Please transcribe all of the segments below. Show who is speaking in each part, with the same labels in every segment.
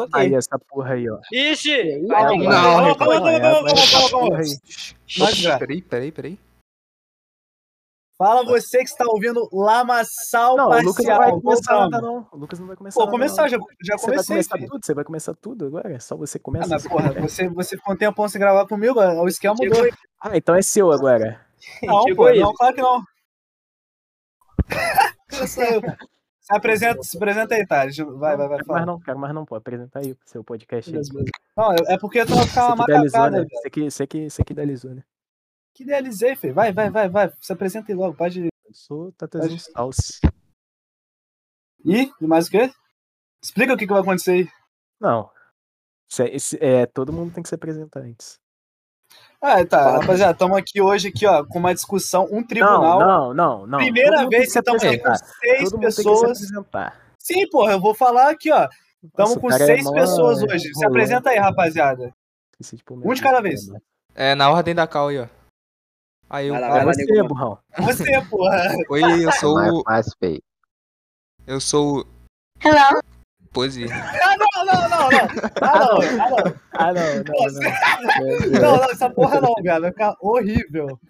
Speaker 1: ok.
Speaker 2: Aí, essa porra aí, ó.
Speaker 3: Ixi!
Speaker 1: Não,
Speaker 2: Vai,
Speaker 1: não,
Speaker 2: vai,
Speaker 4: não,
Speaker 2: vai,
Speaker 3: calma, calma,
Speaker 2: vai,
Speaker 3: calma,
Speaker 2: vai,
Speaker 3: calma,
Speaker 2: essa
Speaker 3: calma, calma.
Speaker 2: porra aí.
Speaker 1: Mas já.
Speaker 4: Peraí, peraí, peraí.
Speaker 1: Fala você que está ouvindo Lamaçal
Speaker 2: Não, o
Speaker 1: Parcial. né?
Speaker 2: Lucas não vai começar
Speaker 1: Voltamos.
Speaker 2: nada, não. O Lucas não vai começar
Speaker 1: Pô,
Speaker 2: nada, não.
Speaker 1: começar, já, já
Speaker 2: Você vai
Speaker 1: comecei.
Speaker 2: começar
Speaker 1: filho.
Speaker 2: tudo, você vai começar tudo agora. É só você
Speaker 1: Ah,
Speaker 2: começa.
Speaker 1: mas
Speaker 2: você
Speaker 1: porra,
Speaker 2: começa.
Speaker 1: você, você ficou um tempão sem gravar comigo, ó, o esquema mudou.
Speaker 2: Ah, então é seu agora.
Speaker 1: Não,
Speaker 3: Chegou
Speaker 1: pô,
Speaker 3: ele.
Speaker 1: não, claro que não. Já saiu. se apresenta, se apresenta aí, tá? Deixa eu- Vai, vai, vai.
Speaker 2: Quero
Speaker 1: Fala.
Speaker 2: mais não, quero mais não, pô. Apresenta aí o seu podcast. aí.
Speaker 1: Beleza, beleza. Não, é- é porque eu tava ficando
Speaker 2: Você
Speaker 1: uma
Speaker 2: que idealizou,
Speaker 1: macacada.
Speaker 2: né?
Speaker 1: velho.
Speaker 2: Você que, você que, você que idealizou, né?
Speaker 1: Que idealizei, filho. Vai, vai, vai, vai. Se apresenta aí logo, pode.
Speaker 2: Eu sou Tatazinho
Speaker 1: Acho-
Speaker 2: Salsi.
Speaker 1: Ih, e mais o quê? Explica o que, que vai acontecer aí.
Speaker 2: Não. Isso é- isso é, todo mundo tem que se apresentar antes.
Speaker 1: Ah, tá. Rapaziada, estamos aqui hoje, aqui, ó, com uma discussão, um
Speaker 2: Não,
Speaker 1: tribunal.
Speaker 2: não, não, não. Todo
Speaker 1: Primeira
Speaker 2: mundo tem
Speaker 1: vez que
Speaker 2: se
Speaker 1: estamos aqui com
Speaker 2: apresentar.
Speaker 1: seis
Speaker 2: Todo mundo tem que se
Speaker 1: pessoas.
Speaker 2: apresentar.
Speaker 1: Sim, porra, eu vou falar aqui, ó. Estamos
Speaker 2: Nossa, o
Speaker 1: com
Speaker 2: cara é
Speaker 1: seis
Speaker 2: mó
Speaker 1: pessoas hoje. Se
Speaker 2: enrolão.
Speaker 1: apresenta aí, rapaziada.
Speaker 2: Esqueci de pôr né?
Speaker 1: Um de cada vez.
Speaker 4: É, na ordem da cal aí, ó. Aí eu.
Speaker 5: Vai lá,
Speaker 2: Ah,
Speaker 5: vai lá,
Speaker 2: você,
Speaker 5: negão.
Speaker 2: burrão.
Speaker 1: Você, porra.
Speaker 4: Oi, eu sou o.
Speaker 6: mais feio.
Speaker 4: Eu sou o. Pois é.
Speaker 1: Ah, não, não, não, não. Ah, não, ah, não.
Speaker 2: Ah, não, não, não.
Speaker 1: Não, não, essa porra não, viado. Vai ficar horrível.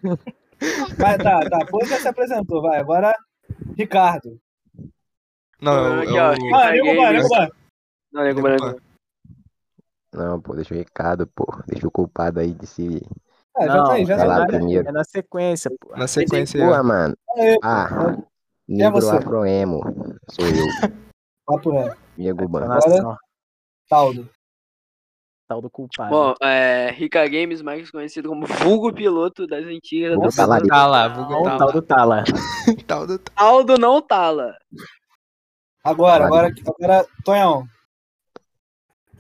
Speaker 1: Mas tá, tá. Pô, já se apresentou, vai. Agora, Ricardo.
Speaker 4: Não, é eu.
Speaker 3: Aqui, ó,
Speaker 4: eu...
Speaker 3: aqui.
Speaker 1: Ah, nego, mano, nego, mano.
Speaker 5: Não, nego branco.
Speaker 6: Não, pô, deixa o recado, pô. Deixa o culpado aí de se
Speaker 1: Ah, já tá aí, já
Speaker 2: é,
Speaker 6: falar
Speaker 1: tá aí.
Speaker 2: agora-
Speaker 6: primeiro.
Speaker 2: é na sequência, pô.
Speaker 4: Na sequência aí, ó.
Speaker 1: é.
Speaker 6: Boa, mano.
Speaker 1: Aê,
Speaker 6: Ah,
Speaker 1: é. você?
Speaker 6: negro afroemo. Sou eu,
Speaker 1: Papo reto.
Speaker 6: Diego Ban.
Speaker 2: Explanação,
Speaker 1: Taldo.
Speaker 2: tal do culpado.
Speaker 5: Bom, é, Rica Games, mais conhecido como vulgo piloto das antigas.
Speaker 6: Vulgo
Speaker 5: da Tala.
Speaker 6: talarico.
Speaker 4: Tá lá, vou Tá,
Speaker 2: Ou
Speaker 4: botar
Speaker 2: tal do Tala.
Speaker 4: o tal do.
Speaker 5: Aldo não tala.
Speaker 1: Agora, agora, agora, Tonhão.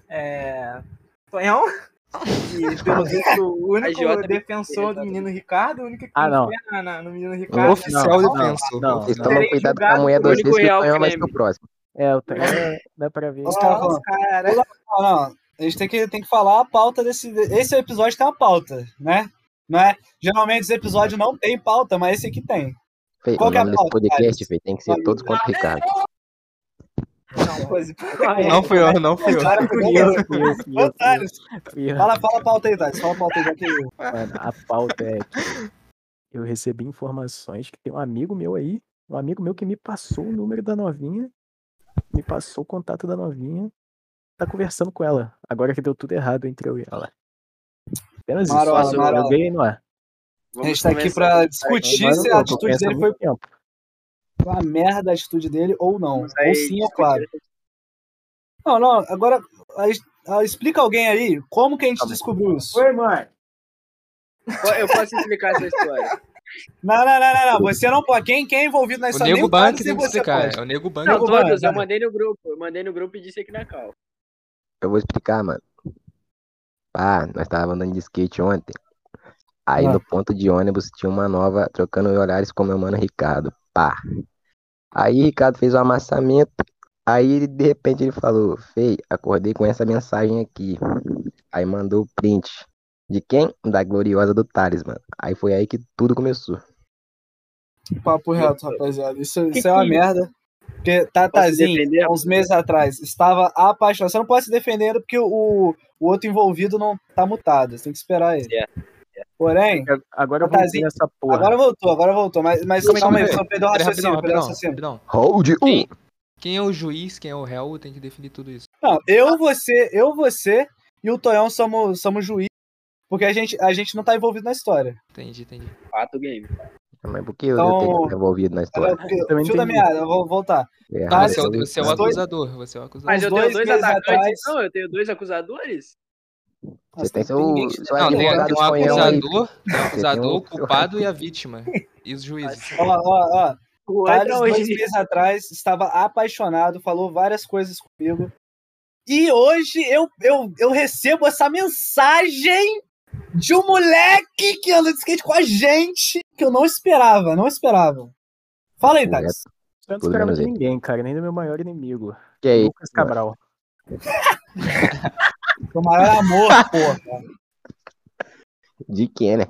Speaker 7: É. Tonhão? E pelo visto, o único
Speaker 5: AJ
Speaker 7: defensor do menino Ricardo, o único que
Speaker 2: Ah, não.
Speaker 7: tem fé na- na- no menino Ricardo.
Speaker 4: Oficial
Speaker 2: não,
Speaker 4: defensor.
Speaker 2: não,
Speaker 6: Vocês
Speaker 2: não.
Speaker 6: tomam
Speaker 7: Serei
Speaker 6: cuidado com a
Speaker 7: julgado
Speaker 6: mulher
Speaker 5: por
Speaker 6: dos
Speaker 5: único
Speaker 6: vezes que o
Speaker 5: real
Speaker 6: Tonhão vai ser
Speaker 5: creme.
Speaker 6: o próximo.
Speaker 2: É, o Tonhão é- dá pra ver.
Speaker 1: Nossa,
Speaker 7: Nossa, cara.
Speaker 1: Não, não. A gente tem que, tem que falar a pauta desse. Esse episódio tem uma pauta, né? Não é? Geralmente os episódios não tem pauta, mas esse aqui tem.
Speaker 6: Feio,
Speaker 1: Qual
Speaker 6: o
Speaker 1: que é a
Speaker 6: nome desse
Speaker 1: pauta,
Speaker 6: podcast,
Speaker 1: Thales?
Speaker 6: feio, tem que ser todos contra o Ricardo.
Speaker 7: Não, é. coisa.
Speaker 4: Não fui eu, não fui eu.
Speaker 1: Cara,
Speaker 2: Fui eu, fui eu, fui eu,
Speaker 1: Ô, Thales,
Speaker 2: fui eu.
Speaker 1: fala, fala a pauta aí, Thales. Fala a pauta aí, já que eu-
Speaker 2: Mano, a pauta é que eu recebi informações que tem um amigo meu aí, um amigo meu que me passou o número da novinha, me passou o contato da novinha, tá conversando com ela. Agora que deu tudo errado entre eu e ela. Apenas
Speaker 1: Marola,
Speaker 2: isso.
Speaker 1: marola.
Speaker 2: Joguei no ar.
Speaker 1: A gente tá aqui pra discutir se a atitude dele foi
Speaker 2: Tempo.
Speaker 1: uma merda a atitude dele ou não.
Speaker 5: Vamos aí
Speaker 1: Ou sim, é claro. Não, não, agora a gente- ah, explica alguém aí como que a
Speaker 4: Tá
Speaker 1: gente descobriu isso.
Speaker 7: Oi, mano.
Speaker 5: Eu posso explicar essa história.
Speaker 1: Não, não, não, não, não. Você não pode. Quem, quem é envolvido
Speaker 4: O
Speaker 1: nessa nem
Speaker 4: Nego
Speaker 1: Thales
Speaker 4: Bank
Speaker 1: e
Speaker 4: tem que
Speaker 1: você
Speaker 4: explicar.
Speaker 1: pode.
Speaker 4: É o Nego Bank.
Speaker 5: Não,
Speaker 1: Nego Branco,
Speaker 5: todos, eu
Speaker 1: vai.
Speaker 5: mandei no grupo. Eu mandei no grupo e disse aqui na cal.
Speaker 6: Eu vou explicar, mano. Pá, nós tava andando de skate ontem. Aí
Speaker 1: Ah.
Speaker 6: no ponto de ônibus tinha uma nova trocando olhares com meu mano Ricardo. Pá. Aí Ricardo fez o amassamento. Aí ele, de repente ele falou: Fei, acordei com essa mensagem aqui. Aí mandou o print. De quem? Da gloriosa do Thales, mano. Aí foi aí que tudo começou.
Speaker 1: Papo reto, rapaziada. Isso, isso é uma merda. Porque
Speaker 5: Posso se
Speaker 1: Tatazinho,
Speaker 5: defender?
Speaker 1: há uns meses atrás, estava apaixonado. Você não pode se defender ainda porque o, o outro envolvido não tá mutado. Você tem que esperar
Speaker 4: É,
Speaker 1: ele.
Speaker 5: Yeah,
Speaker 1: Porém,
Speaker 2: Agora eu
Speaker 1: Fantasia.
Speaker 2: voltei nessa porra.
Speaker 1: agora voltou, agora voltou. Mas, mas
Speaker 4: Deixa
Speaker 1: calma
Speaker 4: eu
Speaker 1: aí,
Speaker 4: ver.
Speaker 1: só perdeu o
Speaker 4: Peraí,
Speaker 1: raciocínio,
Speaker 4: rapidão,
Speaker 1: perdeu o raciocínio.
Speaker 4: rapidão, rapidão.
Speaker 6: Hold 1!
Speaker 4: Sim. Quem é o juiz, quem é o réu, tem que definir tudo isso.
Speaker 1: Não, eu, você, eu, você e o Tonhão somos, somos juiz, porque a gente, a gente não tá envolvido na história.
Speaker 4: Entendi, entendi.
Speaker 5: Fato game.
Speaker 6: Mas por que eu
Speaker 1: Então-
Speaker 6: tenho que estar envolvido na história?
Speaker 1: Era o que-
Speaker 2: também
Speaker 1: Fio da
Speaker 2: entendi.
Speaker 1: meada, eu vou voltar.
Speaker 6: É errado,
Speaker 1: Thales,
Speaker 4: Você é o,
Speaker 6: tudo
Speaker 4: você é o
Speaker 6: errado.
Speaker 4: acusador, você é o acusador.
Speaker 5: Mas eu
Speaker 1: dois
Speaker 5: tenho dois
Speaker 1: meses
Speaker 5: atacantes,
Speaker 1: atrás-
Speaker 5: não? Eu tenho dois acusadores?
Speaker 6: Você tem seu.
Speaker 1: ninguém que se
Speaker 6: seu
Speaker 4: Não, tem, tem
Speaker 6: advogado
Speaker 4: um
Speaker 6: espanhol é aí.
Speaker 4: acusador, tem um acusador, o
Speaker 6: um-
Speaker 4: culpado e a vítima. E os juízes.
Speaker 1: Ó, ó, ó.
Speaker 5: O
Speaker 1: Thales,
Speaker 5: Anderson
Speaker 1: dois
Speaker 5: hoje-
Speaker 1: meses atrás, estava apaixonado, falou várias coisas comigo. E hoje eu, eu, eu recebo essa mensagem de um moleque que anda de skate com a gente, que eu não esperava, não esperava. Fala aí, Thales.
Speaker 2: Eu não
Speaker 6: Tudo
Speaker 2: esperava
Speaker 6: menos
Speaker 2: de
Speaker 6: ele.
Speaker 2: ninguém, cara. Nem do meu maior inimigo.
Speaker 6: Que aí?
Speaker 2: Lucas Cabral.
Speaker 1: Meu maior amor, porra.
Speaker 6: De quem, né?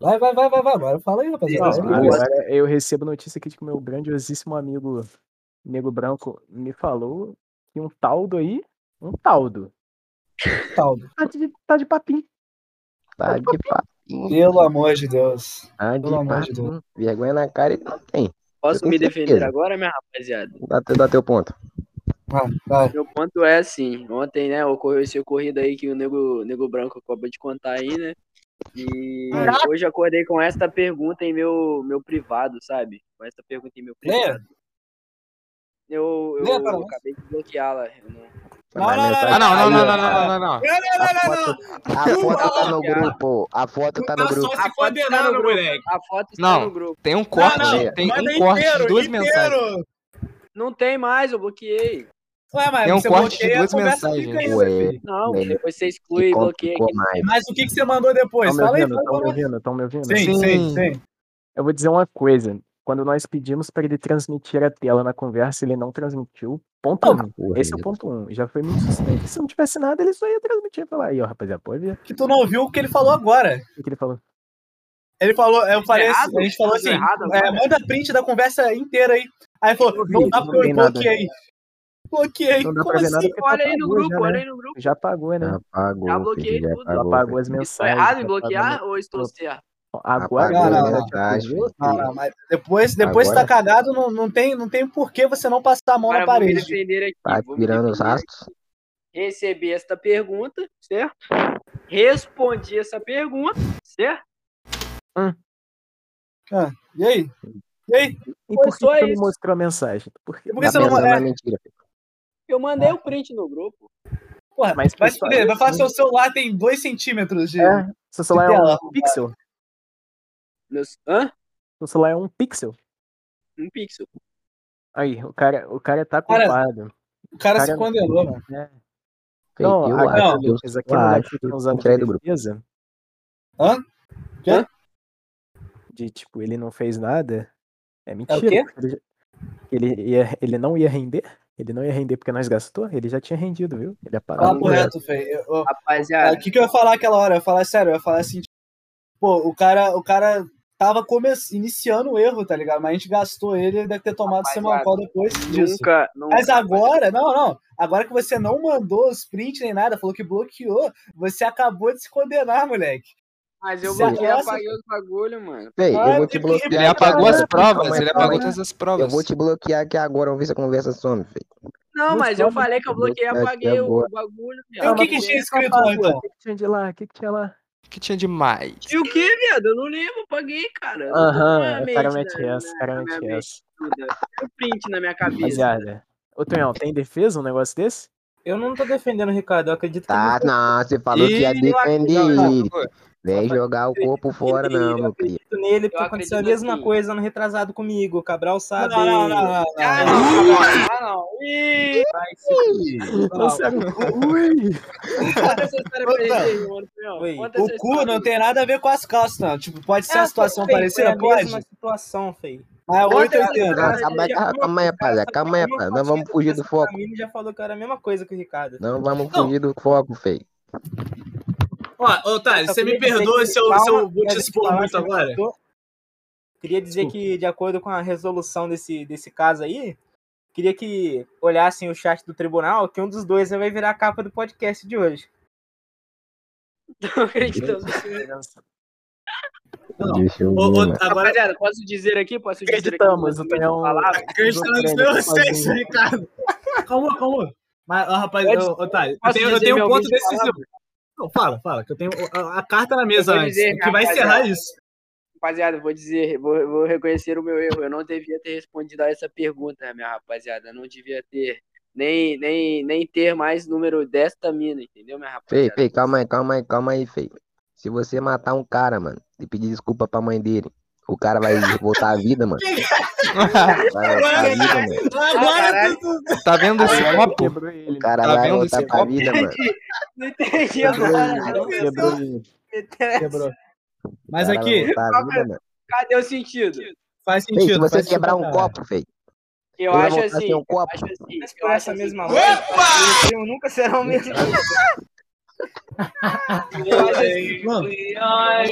Speaker 1: Vai, vai, vai, vai, vai. Agora fala aí,
Speaker 2: Não,
Speaker 1: rapaziada.
Speaker 5: Não,
Speaker 2: agora eu recebo notícia aqui de que meu grandiosíssimo amigo Nego Branco me falou E um taldo aí. Um taldo.
Speaker 8: Taldo.
Speaker 2: Tá de, tá de papinho.
Speaker 6: Tá de papinho.
Speaker 8: Pelo amor de Deus.
Speaker 6: Tá de
Speaker 8: Pelo amor de
Speaker 6: papinho. Vergonha na cara ele não tem.
Speaker 5: Posso
Speaker 6: Eu
Speaker 5: me
Speaker 6: tenho
Speaker 5: defender
Speaker 6: certeza.
Speaker 5: agora, minha rapaziada?
Speaker 6: Dá, teu- dá teu ponto.
Speaker 8: Vai, vai.
Speaker 5: Meu ponto é assim, ontem, né, ocorreu esse ocorrido aí que o Nego, Nego Branco acabou de contar aí, né? E hoje eu acordei com esta pergunta em meu, meu privado, sabe? Com essa pergunta em meu privado.
Speaker 8: Lê?
Speaker 5: Eu, eu
Speaker 8: Lê pra nós.
Speaker 5: acabei de bloqueá-la. Eu não...
Speaker 8: Não,
Speaker 6: Vai,
Speaker 8: não, não,
Speaker 6: mensagem
Speaker 4: Ah, não, não, não,
Speaker 6: caiu.
Speaker 4: não, não, não, não.
Speaker 8: Não,
Speaker 6: A foto, a foto tá no
Speaker 5: Cara.
Speaker 6: grupo. A foto tá no
Speaker 1: Tá
Speaker 6: grupo.
Speaker 1: só se
Speaker 5: A foto está no
Speaker 1: condenando,
Speaker 5: grupo.
Speaker 1: moleque.
Speaker 5: A foto está
Speaker 4: Não.
Speaker 5: no grupo.
Speaker 4: Tem um corte,
Speaker 6: Não, não,
Speaker 4: tem um
Speaker 1: Manda
Speaker 4: corte de duas
Speaker 1: inteiro.
Speaker 4: mensagens.
Speaker 5: Não tem mais, eu bloqueei.
Speaker 8: Ué, mas
Speaker 4: Tem um
Speaker 8: você
Speaker 4: corte
Speaker 8: bloqueia,
Speaker 4: de duas
Speaker 8: a conversa
Speaker 4: mensagens.
Speaker 8: fica ainda,
Speaker 6: Ué.
Speaker 8: filho.
Speaker 5: Não,
Speaker 6: Bem,
Speaker 5: depois você exclui
Speaker 6: Que
Speaker 5: e bloqueia
Speaker 6: complicou
Speaker 5: aqui.
Speaker 6: mais.
Speaker 1: Mas o que, que você mandou depois?
Speaker 8: Tá
Speaker 2: Estão me
Speaker 1: Fala aí,
Speaker 2: ouvindo?
Speaker 1: fala
Speaker 2: Estão me
Speaker 1: pra nós.
Speaker 2: ouvindo? Estão me ouvindo?
Speaker 1: Sim, sim,
Speaker 4: Sim.
Speaker 1: sim.
Speaker 2: Eu vou dizer uma coisa. Quando nós pedimos para ele transmitir a tela na conversa, ele não transmitiu. Ponto 1. Um. Esse é o ponto 1. Um. Já foi muito suspeito. Se não tivesse nada, ele só ia transmitir e falar. Aí, ó, rapaziada, pode ver
Speaker 8: Que tu não ouviu o que ele falou agora.
Speaker 2: o que ele falou.
Speaker 8: Ele falou, eu falei,
Speaker 5: errado?
Speaker 8: a gente falou
Speaker 5: Tudo
Speaker 8: assim,
Speaker 5: errado
Speaker 8: é,
Speaker 5: agora?
Speaker 8: manda print da conversa inteira aí. Aí ele falou,
Speaker 6: vi,
Speaker 8: não dá
Speaker 6: não
Speaker 8: pra eu
Speaker 6: tem nada.
Speaker 8: bloqueei. Bloqueei.
Speaker 2: Não dá
Speaker 8: Como
Speaker 2: pra ver nada
Speaker 8: assim?
Speaker 2: porque
Speaker 5: Olha
Speaker 2: já
Speaker 5: aí no
Speaker 2: apagou,
Speaker 5: grupo,
Speaker 2: já, né?
Speaker 5: olha aí no grupo.
Speaker 2: Já apagou, né?
Speaker 6: Já apagou,
Speaker 5: Já bloqueei
Speaker 6: filho, já
Speaker 5: tudo.
Speaker 2: Já
Speaker 6: apagou,
Speaker 2: apagou as
Speaker 5: Estou
Speaker 2: mensagens.
Speaker 5: errado em
Speaker 2: já
Speaker 5: bloquear
Speaker 2: apagou-
Speaker 5: ou estou certo?
Speaker 2: Agora
Speaker 8: Apagou
Speaker 2: ela
Speaker 8: as
Speaker 2: já
Speaker 6: mensagens,
Speaker 2: apagou,
Speaker 8: Não,
Speaker 2: filho.
Speaker 8: não, Ah, mas depois, depois que tá
Speaker 6: Agora-
Speaker 8: cagado, não, não, tem, não tem por que você não passar a mão
Speaker 5: Agora
Speaker 8: na
Speaker 5: eu vou me
Speaker 8: parede.
Speaker 5: defender aqui.
Speaker 6: Tá
Speaker 5: vou me
Speaker 6: tirando os
Speaker 5: defender.
Speaker 6: astros. Tá
Speaker 5: Recebi esta pergunta, certo? Respondi essa pergunta, certo?
Speaker 8: E aí? E aí?
Speaker 2: E por
Speaker 5: Foi
Speaker 2: que
Speaker 5: só
Speaker 2: você não
Speaker 5: isso.
Speaker 2: mostrou a mensagem? Por que
Speaker 8: Por
Speaker 6: Tá
Speaker 8: que você não
Speaker 6: pensando
Speaker 8: manda?
Speaker 6: na mentira. filho.
Speaker 5: Eu mandei o print no grupo.
Speaker 8: Porra,
Speaker 2: Mas
Speaker 8: vai se
Speaker 2: pessoal,
Speaker 8: fuder, vai falar que
Speaker 2: sim.
Speaker 8: seu celular tem 2 centímetros de.
Speaker 2: É, seu celular é
Speaker 8: tela,
Speaker 2: um pixel.
Speaker 5: Meus... Hã?
Speaker 2: Seu celular é um pixel.
Speaker 5: Um pixel.
Speaker 2: Aí, o cara, o cara tá
Speaker 8: Cara,
Speaker 2: culpado.
Speaker 8: O cara, se
Speaker 2: Cara,
Speaker 8: condenou, mano.
Speaker 2: né?
Speaker 6: Filho,
Speaker 2: Não,
Speaker 6: eu
Speaker 2: a-
Speaker 6: acho,
Speaker 8: não,
Speaker 6: eu
Speaker 2: Mas aqui
Speaker 6: eu
Speaker 2: no
Speaker 6: Ah, acho
Speaker 2: Netflix
Speaker 6: que
Speaker 2: estão usando
Speaker 6: trai
Speaker 2: de
Speaker 6: do grupo.
Speaker 2: defesa.
Speaker 8: Hã? Quê?
Speaker 2: Hã? De tipo, ele não fez nada. É mentira.
Speaker 8: quê?
Speaker 2: porque Ele, já- ele, ia- ele não ia render. Ele não ia render porque nós gastou. Ele já tinha rendido, viu? Ele apagou.
Speaker 8: Papo reto, feio. Eu- eu- Ah, O
Speaker 5: Rapaziada,
Speaker 8: que, que eu ia falar aquela hora? Eu ia falar sério, eu ia falar assim, tipo, pô, o cara, o cara tava come... iniciando o erro, tá ligado? Mas a gente gastou ele, ele deve ter tomado
Speaker 5: Rapaziada,
Speaker 8: semanal depois disso.
Speaker 5: nunca, nunca.
Speaker 8: Mas agora, não, não. Agora que você não mandou os prints nem nada, falou que bloqueou, você acabou de se condenar, moleque.
Speaker 5: Mas eu
Speaker 8: Você
Speaker 5: bloqueei,
Speaker 8: gosta?
Speaker 5: apaguei os bagulho, mano.
Speaker 6: Véi, eu
Speaker 8: Ah,
Speaker 6: vou te
Speaker 8: tem que-
Speaker 6: bloquear.
Speaker 4: Ele
Speaker 6: aqui
Speaker 4: apagou
Speaker 6: agora,
Speaker 4: as
Speaker 6: filho,
Speaker 4: provas,
Speaker 6: calma aí,
Speaker 4: ele
Speaker 6: calma
Speaker 4: apagou
Speaker 6: aí.
Speaker 4: todas as
Speaker 6: né? Eu
Speaker 4: provas.
Speaker 6: vou te bloquear aqui agora, vamos ver se a conversa some, filho.
Speaker 5: Não,
Speaker 2: Não
Speaker 5: mas eu
Speaker 2: sobe,
Speaker 5: falei que eu
Speaker 6: eu vou
Speaker 5: bloqueei,
Speaker 6: ficar aqui
Speaker 5: apaguei o
Speaker 6: agora.
Speaker 5: bagulho.
Speaker 8: E o que que
Speaker 5: viado.
Speaker 8: tinha escrito lá,
Speaker 2: O
Speaker 8: então?
Speaker 2: que que tinha de lá? O que que tinha lá?
Speaker 4: O que tinha demais?
Speaker 5: E o que, viado? Eu não lembro, apaguei, cara. Eu não tô com
Speaker 2: Aham,
Speaker 5: a
Speaker 2: o cara
Speaker 5: mente
Speaker 2: mete
Speaker 5: na-
Speaker 2: essa, o
Speaker 5: na-
Speaker 2: cara
Speaker 5: na
Speaker 2: mete
Speaker 5: minha
Speaker 2: essa.
Speaker 5: abertura. Tem um print na minha cabeça.
Speaker 2: Rapaziada. Ô, Tonhão, tem defesa um negócio desse?
Speaker 9: Eu não tô defendendo o Ricardo, eu acredito que.
Speaker 6: Tá,
Speaker 9: não,
Speaker 6: não, você falou que ia
Speaker 4: Ih, Não, não,
Speaker 6: defender.
Speaker 4: não.
Speaker 6: Vem jogar o corpo fora,
Speaker 9: nele,
Speaker 6: não,
Speaker 9: eu
Speaker 6: meu filho.
Speaker 9: acredito nele, porque
Speaker 5: Eu
Speaker 9: aconteceu a
Speaker 5: acredito
Speaker 9: mesma
Speaker 5: sim.
Speaker 9: coisa ano retrasado comigo. O Cabral sabe.
Speaker 8: não.
Speaker 5: Ah, não, Cabral, ah, não. Ih,
Speaker 9: Vai se fuder.
Speaker 2: Não,
Speaker 9: Não,
Speaker 2: sério. Ui!
Speaker 5: conta essa história pra gente aí, mano.
Speaker 9: Oi.
Speaker 5: Conta essa
Speaker 8: O cu
Speaker 5: história
Speaker 8: não
Speaker 5: aí.
Speaker 8: tem nada a ver com as calças, não. Tipo, pode ser uma situação
Speaker 9: Feio,
Speaker 8: parecida?
Speaker 9: Foi a
Speaker 8: Pode.
Speaker 9: mesma situação, feio.
Speaker 8: Mas o outro eu entendo.
Speaker 6: Calma calma aí, calma aí, rapaziada. Calma aí, rapaziada. Não vamos fugir do foco.
Speaker 9: O já falou que era a mesma coisa que o Ricardo.
Speaker 6: Não vamos fugir do foco, feio.
Speaker 1: Ó, ô, Thales,
Speaker 9: Só
Speaker 1: você me
Speaker 9: queria dizer
Speaker 1: perdoa
Speaker 9: que-
Speaker 1: se eu, se eu
Speaker 9: calma,
Speaker 1: vou
Speaker 9: quer
Speaker 1: te
Speaker 9: dizer,
Speaker 1: expor
Speaker 9: falar
Speaker 1: muito
Speaker 9: que-
Speaker 1: agora.
Speaker 9: Queria dizer que, de acordo com a resolução desse, desse caso aí, queria que olhassem o chat do tribunal, que um dos dois vai virar a capa do podcast de hoje.
Speaker 5: Não acreditamos.
Speaker 6: Deixa eu
Speaker 1: Ô, ô,
Speaker 6: ver, mano.
Speaker 1: agora,
Speaker 5: Rapaziada, posso dizer aqui? Posso dizer aqui?
Speaker 2: Acreditamos, o
Speaker 5: minhas
Speaker 2: Tonhão.
Speaker 5: palavras?
Speaker 1: acreditando
Speaker 2: Vamos
Speaker 1: em vocês,
Speaker 2: sozinho.
Speaker 1: Ricardo. Calma, calma. Mas, ó, rapaz,
Speaker 5: Pode-
Speaker 1: ô, ô, Thales, eu
Speaker 5: posso
Speaker 1: tenho, eu
Speaker 5: dizer
Speaker 1: tenho
Speaker 5: meu
Speaker 1: um ponto
Speaker 5: vídeo
Speaker 1: decisivo. Não, fala, fala, que eu tenho a, a carta na mesa
Speaker 5: Eu vou
Speaker 1: antes,
Speaker 5: dizer,
Speaker 1: que vai encerrar
Speaker 5: rapaziada.
Speaker 1: isso.
Speaker 5: Rapaziada, vou dizer, vou, vou reconhecer o meu erro. Eu não devia ter respondido a essa pergunta, minha rapaziada. Eu não devia ter. Nem, nem, nem ter mais número desta mina, entendeu, minha
Speaker 6: Fei,
Speaker 5: rapaziada?
Speaker 6: Fei, calma aí, calma aí, calma aí, Fei. Se você matar um cara, mano, e pedir desculpa pra mãe dele, o cara vai voltar à vida, mano. Vai voltar à vida, mano.
Speaker 1: Agora
Speaker 5: caralho.
Speaker 1: tu- tu-
Speaker 4: Tá vendo esse copo?
Speaker 2: Quebrou ele.
Speaker 6: O cara
Speaker 4: Tá
Speaker 6: vai
Speaker 4: vendo
Speaker 6: voltar
Speaker 4: esse
Speaker 6: pra
Speaker 4: copo?
Speaker 6: vida, mano.
Speaker 5: Não entendi
Speaker 2: Quebrou
Speaker 5: agora, não.
Speaker 2: ele. Quebrou ele.
Speaker 1: Quebrou.
Speaker 6: O
Speaker 1: Mas
Speaker 6: cara vai
Speaker 1: aqui,
Speaker 6: voltar à vida, mano.
Speaker 5: Cadê o sentido?
Speaker 1: faz
Speaker 6: Fei, se
Speaker 1: sentido.
Speaker 6: você
Speaker 1: faz sentido
Speaker 6: quebrar
Speaker 1: pra
Speaker 6: um
Speaker 1: caralho.
Speaker 6: copo, Fei,
Speaker 5: Eu
Speaker 6: ele vai
Speaker 5: acho
Speaker 6: voltar a ser
Speaker 5: assim,
Speaker 6: um copo.
Speaker 5: acho assim.
Speaker 9: Mas
Speaker 5: Eu
Speaker 9: por
Speaker 5: acho
Speaker 9: essa
Speaker 5: assim,
Speaker 9: mesma
Speaker 5: eu
Speaker 9: lógica, eles seriam- nunca serão mesmo.
Speaker 5: acho assim.
Speaker 1: Mano. Ah,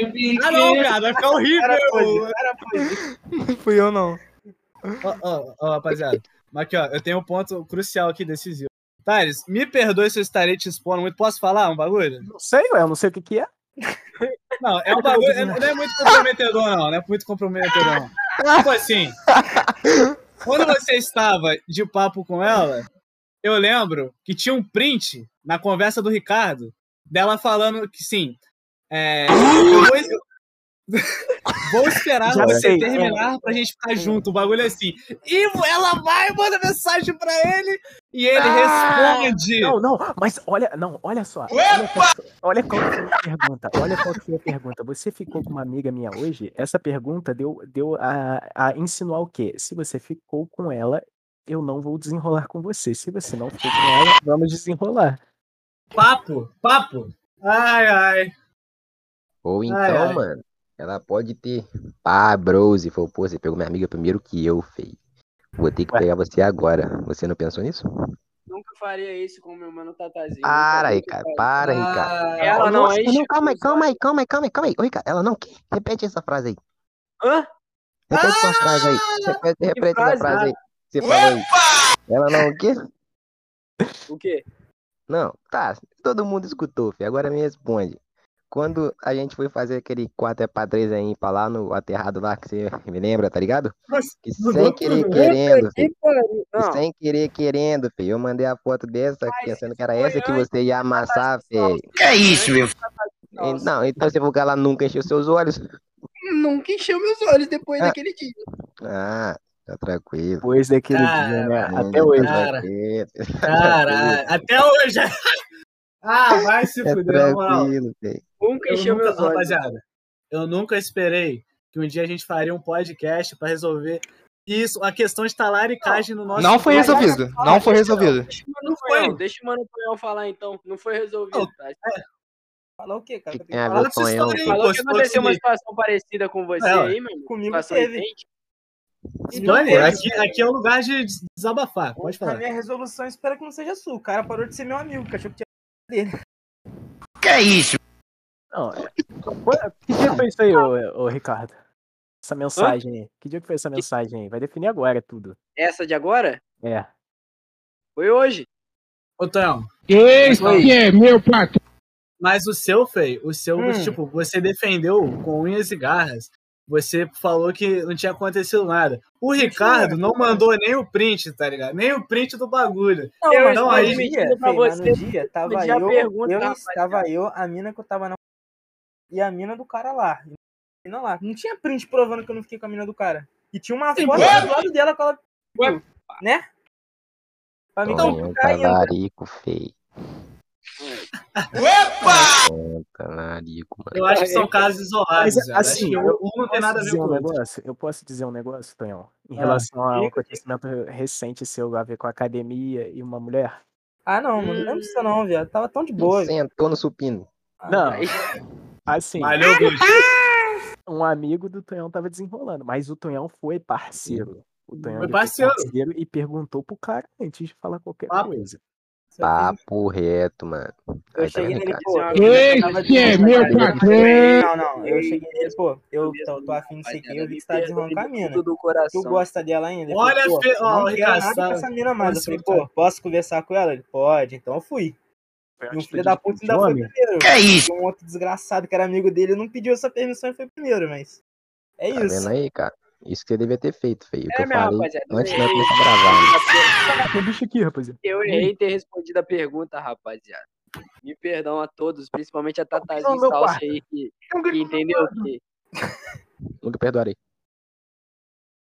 Speaker 1: não,
Speaker 5: Ai,
Speaker 1: viado, vai ficar
Speaker 9: Era
Speaker 1: horrível.
Speaker 9: coisa, era coisa.
Speaker 4: Não fui eu, não.
Speaker 1: Ó, ó, ó, rapaziada. Mas aqui, ó, eu tenho um ponto crucial aqui, decisivo. Thales, me perdoe se eu estarei te expondo muito. Posso falar um bagulho?
Speaker 2: Não sei, ué, eu não sei o que que é.
Speaker 1: Não, é um bagulho. é- não é muito comprometedor, não. Não é muito comprometedor, não. Tipo assim. Quando você estava de papo com ela, eu lembro que tinha um print na conversa do Ricardo dela falando que sim. É, eu vou, es- vou esperar
Speaker 2: Já
Speaker 1: você
Speaker 2: sei.
Speaker 1: terminar pra gente ficar junto. O bagulho é assim. E ela vai, manda mensagem pra ele e ele responde.
Speaker 2: Não, não, mas olha, não, olha só. Olha qual, olha qual que foi a pergunta. Olha qual que foi a pergunta. Você ficou com uma amiga minha hoje? Essa pergunta deu, deu a, a insinuar o quê? Se você ficou com ela, eu não vou desenrolar com você. Se você não ficou com ela, vamos desenrolar.
Speaker 1: Papo, papo. Ai, ai.
Speaker 6: Ou então,
Speaker 1: ai.
Speaker 6: mano, ela pode ter. Pá, bro, se for, pô, você pegou minha amiga primeiro que eu, fei. Vou ter que
Speaker 2: Ué.
Speaker 6: pegar você agora. Você não pensou nisso?
Speaker 5: Nunca faria isso com meu mano Tatazinho. Nunca,
Speaker 6: Para aí,
Speaker 5: nunca
Speaker 6: cara.
Speaker 5: faria.
Speaker 6: Para aí, cara.
Speaker 5: Ah, Ela não
Speaker 6: Nossa,
Speaker 5: enche.
Speaker 6: não, calma aí,
Speaker 5: os
Speaker 6: calma aí, calma aí, calma aí, calma aí. Oi, cara, ela não quer. Repete essa frase aí.
Speaker 5: Hã? Ah,
Speaker 6: Repete essa frase aí. Repete, repete essa
Speaker 5: frase,
Speaker 6: frase aí. Você falou aí. Ela não o quê?
Speaker 5: olhos. O quê?
Speaker 6: Não, tá. Todo mundo escutou, filho. Agora me responde. Quando a gente foi fazer aquele 4x3 aí pra lá no aterrado lá, que você me lembra, tá ligado?
Speaker 1: Nossa,
Speaker 6: Que
Speaker 1: mudou
Speaker 6: sem querer
Speaker 1: tudo.
Speaker 6: querendo, filho.
Speaker 5: Que pariu. Não,
Speaker 6: Que sem querer querendo, filho. Eu mandei a foto dessa,
Speaker 5: Mas
Speaker 6: pensando
Speaker 5: isso
Speaker 6: que era
Speaker 5: foi
Speaker 6: essa que
Speaker 5: antes
Speaker 6: você ia amassar, filho.
Speaker 5: Que é isso, meu?
Speaker 6: E- Não, então você falou que ela nunca encheu seus olhos.
Speaker 5: Nunca encheu meus olhos depois
Speaker 6: Ah.
Speaker 5: daquele dia.
Speaker 6: Ah, tá tranquilo.
Speaker 2: Depois daquele dia, né? Até hoje.
Speaker 6: Tá
Speaker 1: Cara.
Speaker 6: tranquilo,
Speaker 1: Caralho, até hoje. ah, vai se
Speaker 6: tá
Speaker 1: fuder, na moral.
Speaker 6: tranquilo, filho.
Speaker 5: Nunca
Speaker 1: Eu
Speaker 5: encheu
Speaker 1: nunca,
Speaker 5: meus olhos.
Speaker 1: rapaziada, eu nunca esperei que um dia a gente faria um podcast pra resolver isso, a questão de talaricagem no nosso.
Speaker 4: Não foi
Speaker 1: Não,
Speaker 4: resolvido. Não foi resolvido.
Speaker 5: Deixa o Mano
Speaker 1: foi.
Speaker 5: Punhão, deixa o Mano Punhão falar então. Não foi resolvido, tá?
Speaker 9: Falar o quê, cara?
Speaker 6: Que
Speaker 9: Que
Speaker 6: tem
Speaker 9: eu tenho
Speaker 6: a
Speaker 9: que
Speaker 6: ver
Speaker 9: falar?
Speaker 1: Fala
Speaker 6: com
Speaker 1: essa
Speaker 6: sonhão,
Speaker 1: história aí,
Speaker 6: filho?
Speaker 5: Falou que
Speaker 1: se
Speaker 5: aconteceu uma
Speaker 1: fosse-
Speaker 5: situação parecida com você
Speaker 1: Não,
Speaker 5: aí, mano.
Speaker 9: Comigo
Speaker 5: Situação
Speaker 9: teve.
Speaker 5: idêntica.
Speaker 1: Mano, aqui, aqui é o lugar de des- desabafar, pode
Speaker 9: A
Speaker 6: né?
Speaker 1: falar.
Speaker 9: minha resolução espero que não seja sua. O cara parou de ser meu amigo, que achou que tinha.
Speaker 2: Não, é- Ué, que dia foi isso aí, ô, ô, Ricardo? Essa mensagem aí. Que dia que foi essa mensagem aí? Vai definir agora tudo.
Speaker 5: Essa de agora?
Speaker 2: É.
Speaker 5: Foi hoje.
Speaker 1: Ô, Tom,
Speaker 5: Foi.
Speaker 1: mas o seu, Fei, o seu,
Speaker 9: Hum.
Speaker 1: tipo, você defendeu com unhas e garras. Você falou que não tinha acontecido nada. O Ricardo não mandou nem o print, tá ligado? Nem o print do bagulho.
Speaker 9: Não,
Speaker 5: Eu
Speaker 9: mas
Speaker 1: estou
Speaker 9: no
Speaker 5: admitindo
Speaker 9: dia,
Speaker 5: pra
Speaker 9: Fê, mas
Speaker 5: você,
Speaker 9: no dia tava
Speaker 5: dia
Speaker 9: eu,
Speaker 5: pergunta,
Speaker 9: eu
Speaker 5: rapaz.
Speaker 9: estava eu, a mina que eu tava na e a mina do cara lá. E a mina lá. Não tinha print provando que eu não fiquei com a mina do cara. E tinha uma
Speaker 1: Sim,
Speaker 9: foto
Speaker 1: ué.
Speaker 9: do lado dela com ela.
Speaker 1: Ué.
Speaker 9: Né? Pra me
Speaker 6: Sonhão
Speaker 9: complicar ainda.
Speaker 6: talarico, feio. Sonhão talarico, mano.
Speaker 1: Eu acho que são casos isolados.
Speaker 2: Mas,
Speaker 1: velho. Acho
Speaker 2: assim,
Speaker 1: que
Speaker 2: eu
Speaker 1: um não tem nada a ver
Speaker 2: dizer
Speaker 1: com
Speaker 2: um
Speaker 1: o outro.
Speaker 2: negócio? Eu posso dizer um negócio, Tonhão? Em
Speaker 1: Ah,
Speaker 2: relação ao
Speaker 9: diga.
Speaker 2: acontecimento recente seu a ver com a academia e uma mulher?
Speaker 9: Ah, não, mano. Não lembro disso Hum. não, viado. Tava tão de boa.
Speaker 6: Sentou no supino.
Speaker 9: Ah,
Speaker 2: Não,
Speaker 9: velho.
Speaker 2: assim,
Speaker 1: Valeu, Guto.
Speaker 2: um amigo do Tonhão tava desenrolando, mas o Tonhão foi parceiro. O Tonhão
Speaker 1: Foi
Speaker 2: ele
Speaker 1: parceiro.
Speaker 2: e perguntou pro cara antes de falar qualquer
Speaker 1: Papo.
Speaker 2: coisa.
Speaker 9: Só que-
Speaker 6: Papo reto, Ah, mano.
Speaker 9: um Eu
Speaker 6: Aí tá
Speaker 9: cheguei
Speaker 6: vendo,
Speaker 9: nele,
Speaker 6: cara?
Speaker 9: né,
Speaker 5: Esse
Speaker 9: pô.
Speaker 5: é meu
Speaker 9: Não, não. Eu cheguei nele, pô. Eu tô, tô afim de ser quem eu vi que você tá desenrolando com a mina.
Speaker 5: Do
Speaker 9: Tu
Speaker 5: coração.
Speaker 9: gosta dela ainda? Ele
Speaker 1: Olha,
Speaker 9: falou, pô,
Speaker 1: Fe- ó,
Speaker 9: não quero nada
Speaker 1: Ricardo, tá
Speaker 9: com essa mina mais. Eu falei,
Speaker 1: sabe-
Speaker 9: pô, posso conversar com ela? Ele, pode. Então eu fui.
Speaker 2: Foi uma
Speaker 9: E o um filho
Speaker 2: atitude
Speaker 9: da
Speaker 2: de
Speaker 9: puta ainda foi
Speaker 2: homem.
Speaker 9: primeiro. Que isso? Um outro desgraçado que era amigo dele não pediu essa permissão e foi primeiro, mas... É
Speaker 6: Tá
Speaker 9: isso.
Speaker 6: vendo aí, cara? Isso que você devia ter feito, feio. O que
Speaker 5: É,
Speaker 6: eu
Speaker 5: meu
Speaker 6: falei
Speaker 5: rapaziada.
Speaker 6: antes de
Speaker 5: eu
Speaker 6: nós
Speaker 5: errei.
Speaker 6: começar a gravar. né?
Speaker 2: Tem um bicho aqui, rapaziada.
Speaker 5: Eu errei em ter respondido a pergunta, rapaziada. Me perdão a todos, principalmente a Tatazinho
Speaker 2: no meu
Speaker 5: Salsa
Speaker 2: quarto.
Speaker 5: aí, que, que entendeu que.
Speaker 6: Nunca perdoarei.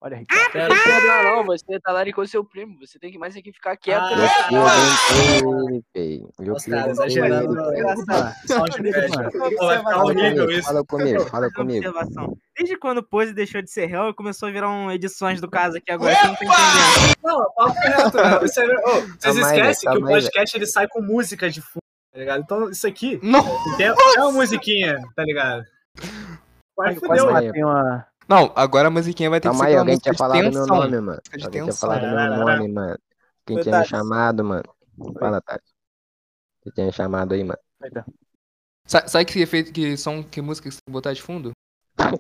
Speaker 2: Olha,
Speaker 1: Ah,
Speaker 2: Ricardo.
Speaker 1: tá
Speaker 5: Não tem que perdoar, não, você tá lá com seu primo. Você tem que mais aqui ficar quieto.
Speaker 1: Ah,
Speaker 5: né?
Speaker 6: Eu perguntei ele, feio. Eu
Speaker 1: Os caras
Speaker 6: perguntei
Speaker 1: exagerando,
Speaker 6: ele,
Speaker 1: não,
Speaker 6: feio.
Speaker 1: Só de inveja. Pô, vai ficar
Speaker 6: Fala
Speaker 1: horrível
Speaker 6: comigo,
Speaker 1: isso.
Speaker 6: fala comigo, fala comigo.
Speaker 9: Observação. Desde quando o Pose deixou de ser réu e começou a virar um edições do caso aqui agora, que eu não tô entendendo.
Speaker 1: Não, papo reto, né? Isso é- ô, Vocês
Speaker 6: Calma aí,
Speaker 1: esquecem que
Speaker 6: calma
Speaker 1: o
Speaker 6: aí,
Speaker 1: podcast ele sai com música de fundo, tá ligado? Então isso aqui
Speaker 4: Não,
Speaker 1: tem- é uma musiquinha, tá ligado? Vai
Speaker 2: Ai, quase
Speaker 1: fudeu.
Speaker 6: aí.
Speaker 2: matei uma.
Speaker 4: não, agora a musiquinha vai ter que ser
Speaker 6: Calma aí,
Speaker 4: aquela
Speaker 6: alguém
Speaker 4: música
Speaker 6: tinha
Speaker 4: de
Speaker 6: falado meu
Speaker 4: tensão.
Speaker 6: nome, mano.
Speaker 4: Música de
Speaker 6: Alguém tinha
Speaker 4: tensão.
Speaker 6: falado meu nome, mano. Quem tinha me
Speaker 9: Verdade.
Speaker 6: chamado, mano? Fala, Tati. Quem tinha me chamado aí, mano?
Speaker 4: Sa- Sabe que efeito que som que música que você tem que botar de fundo?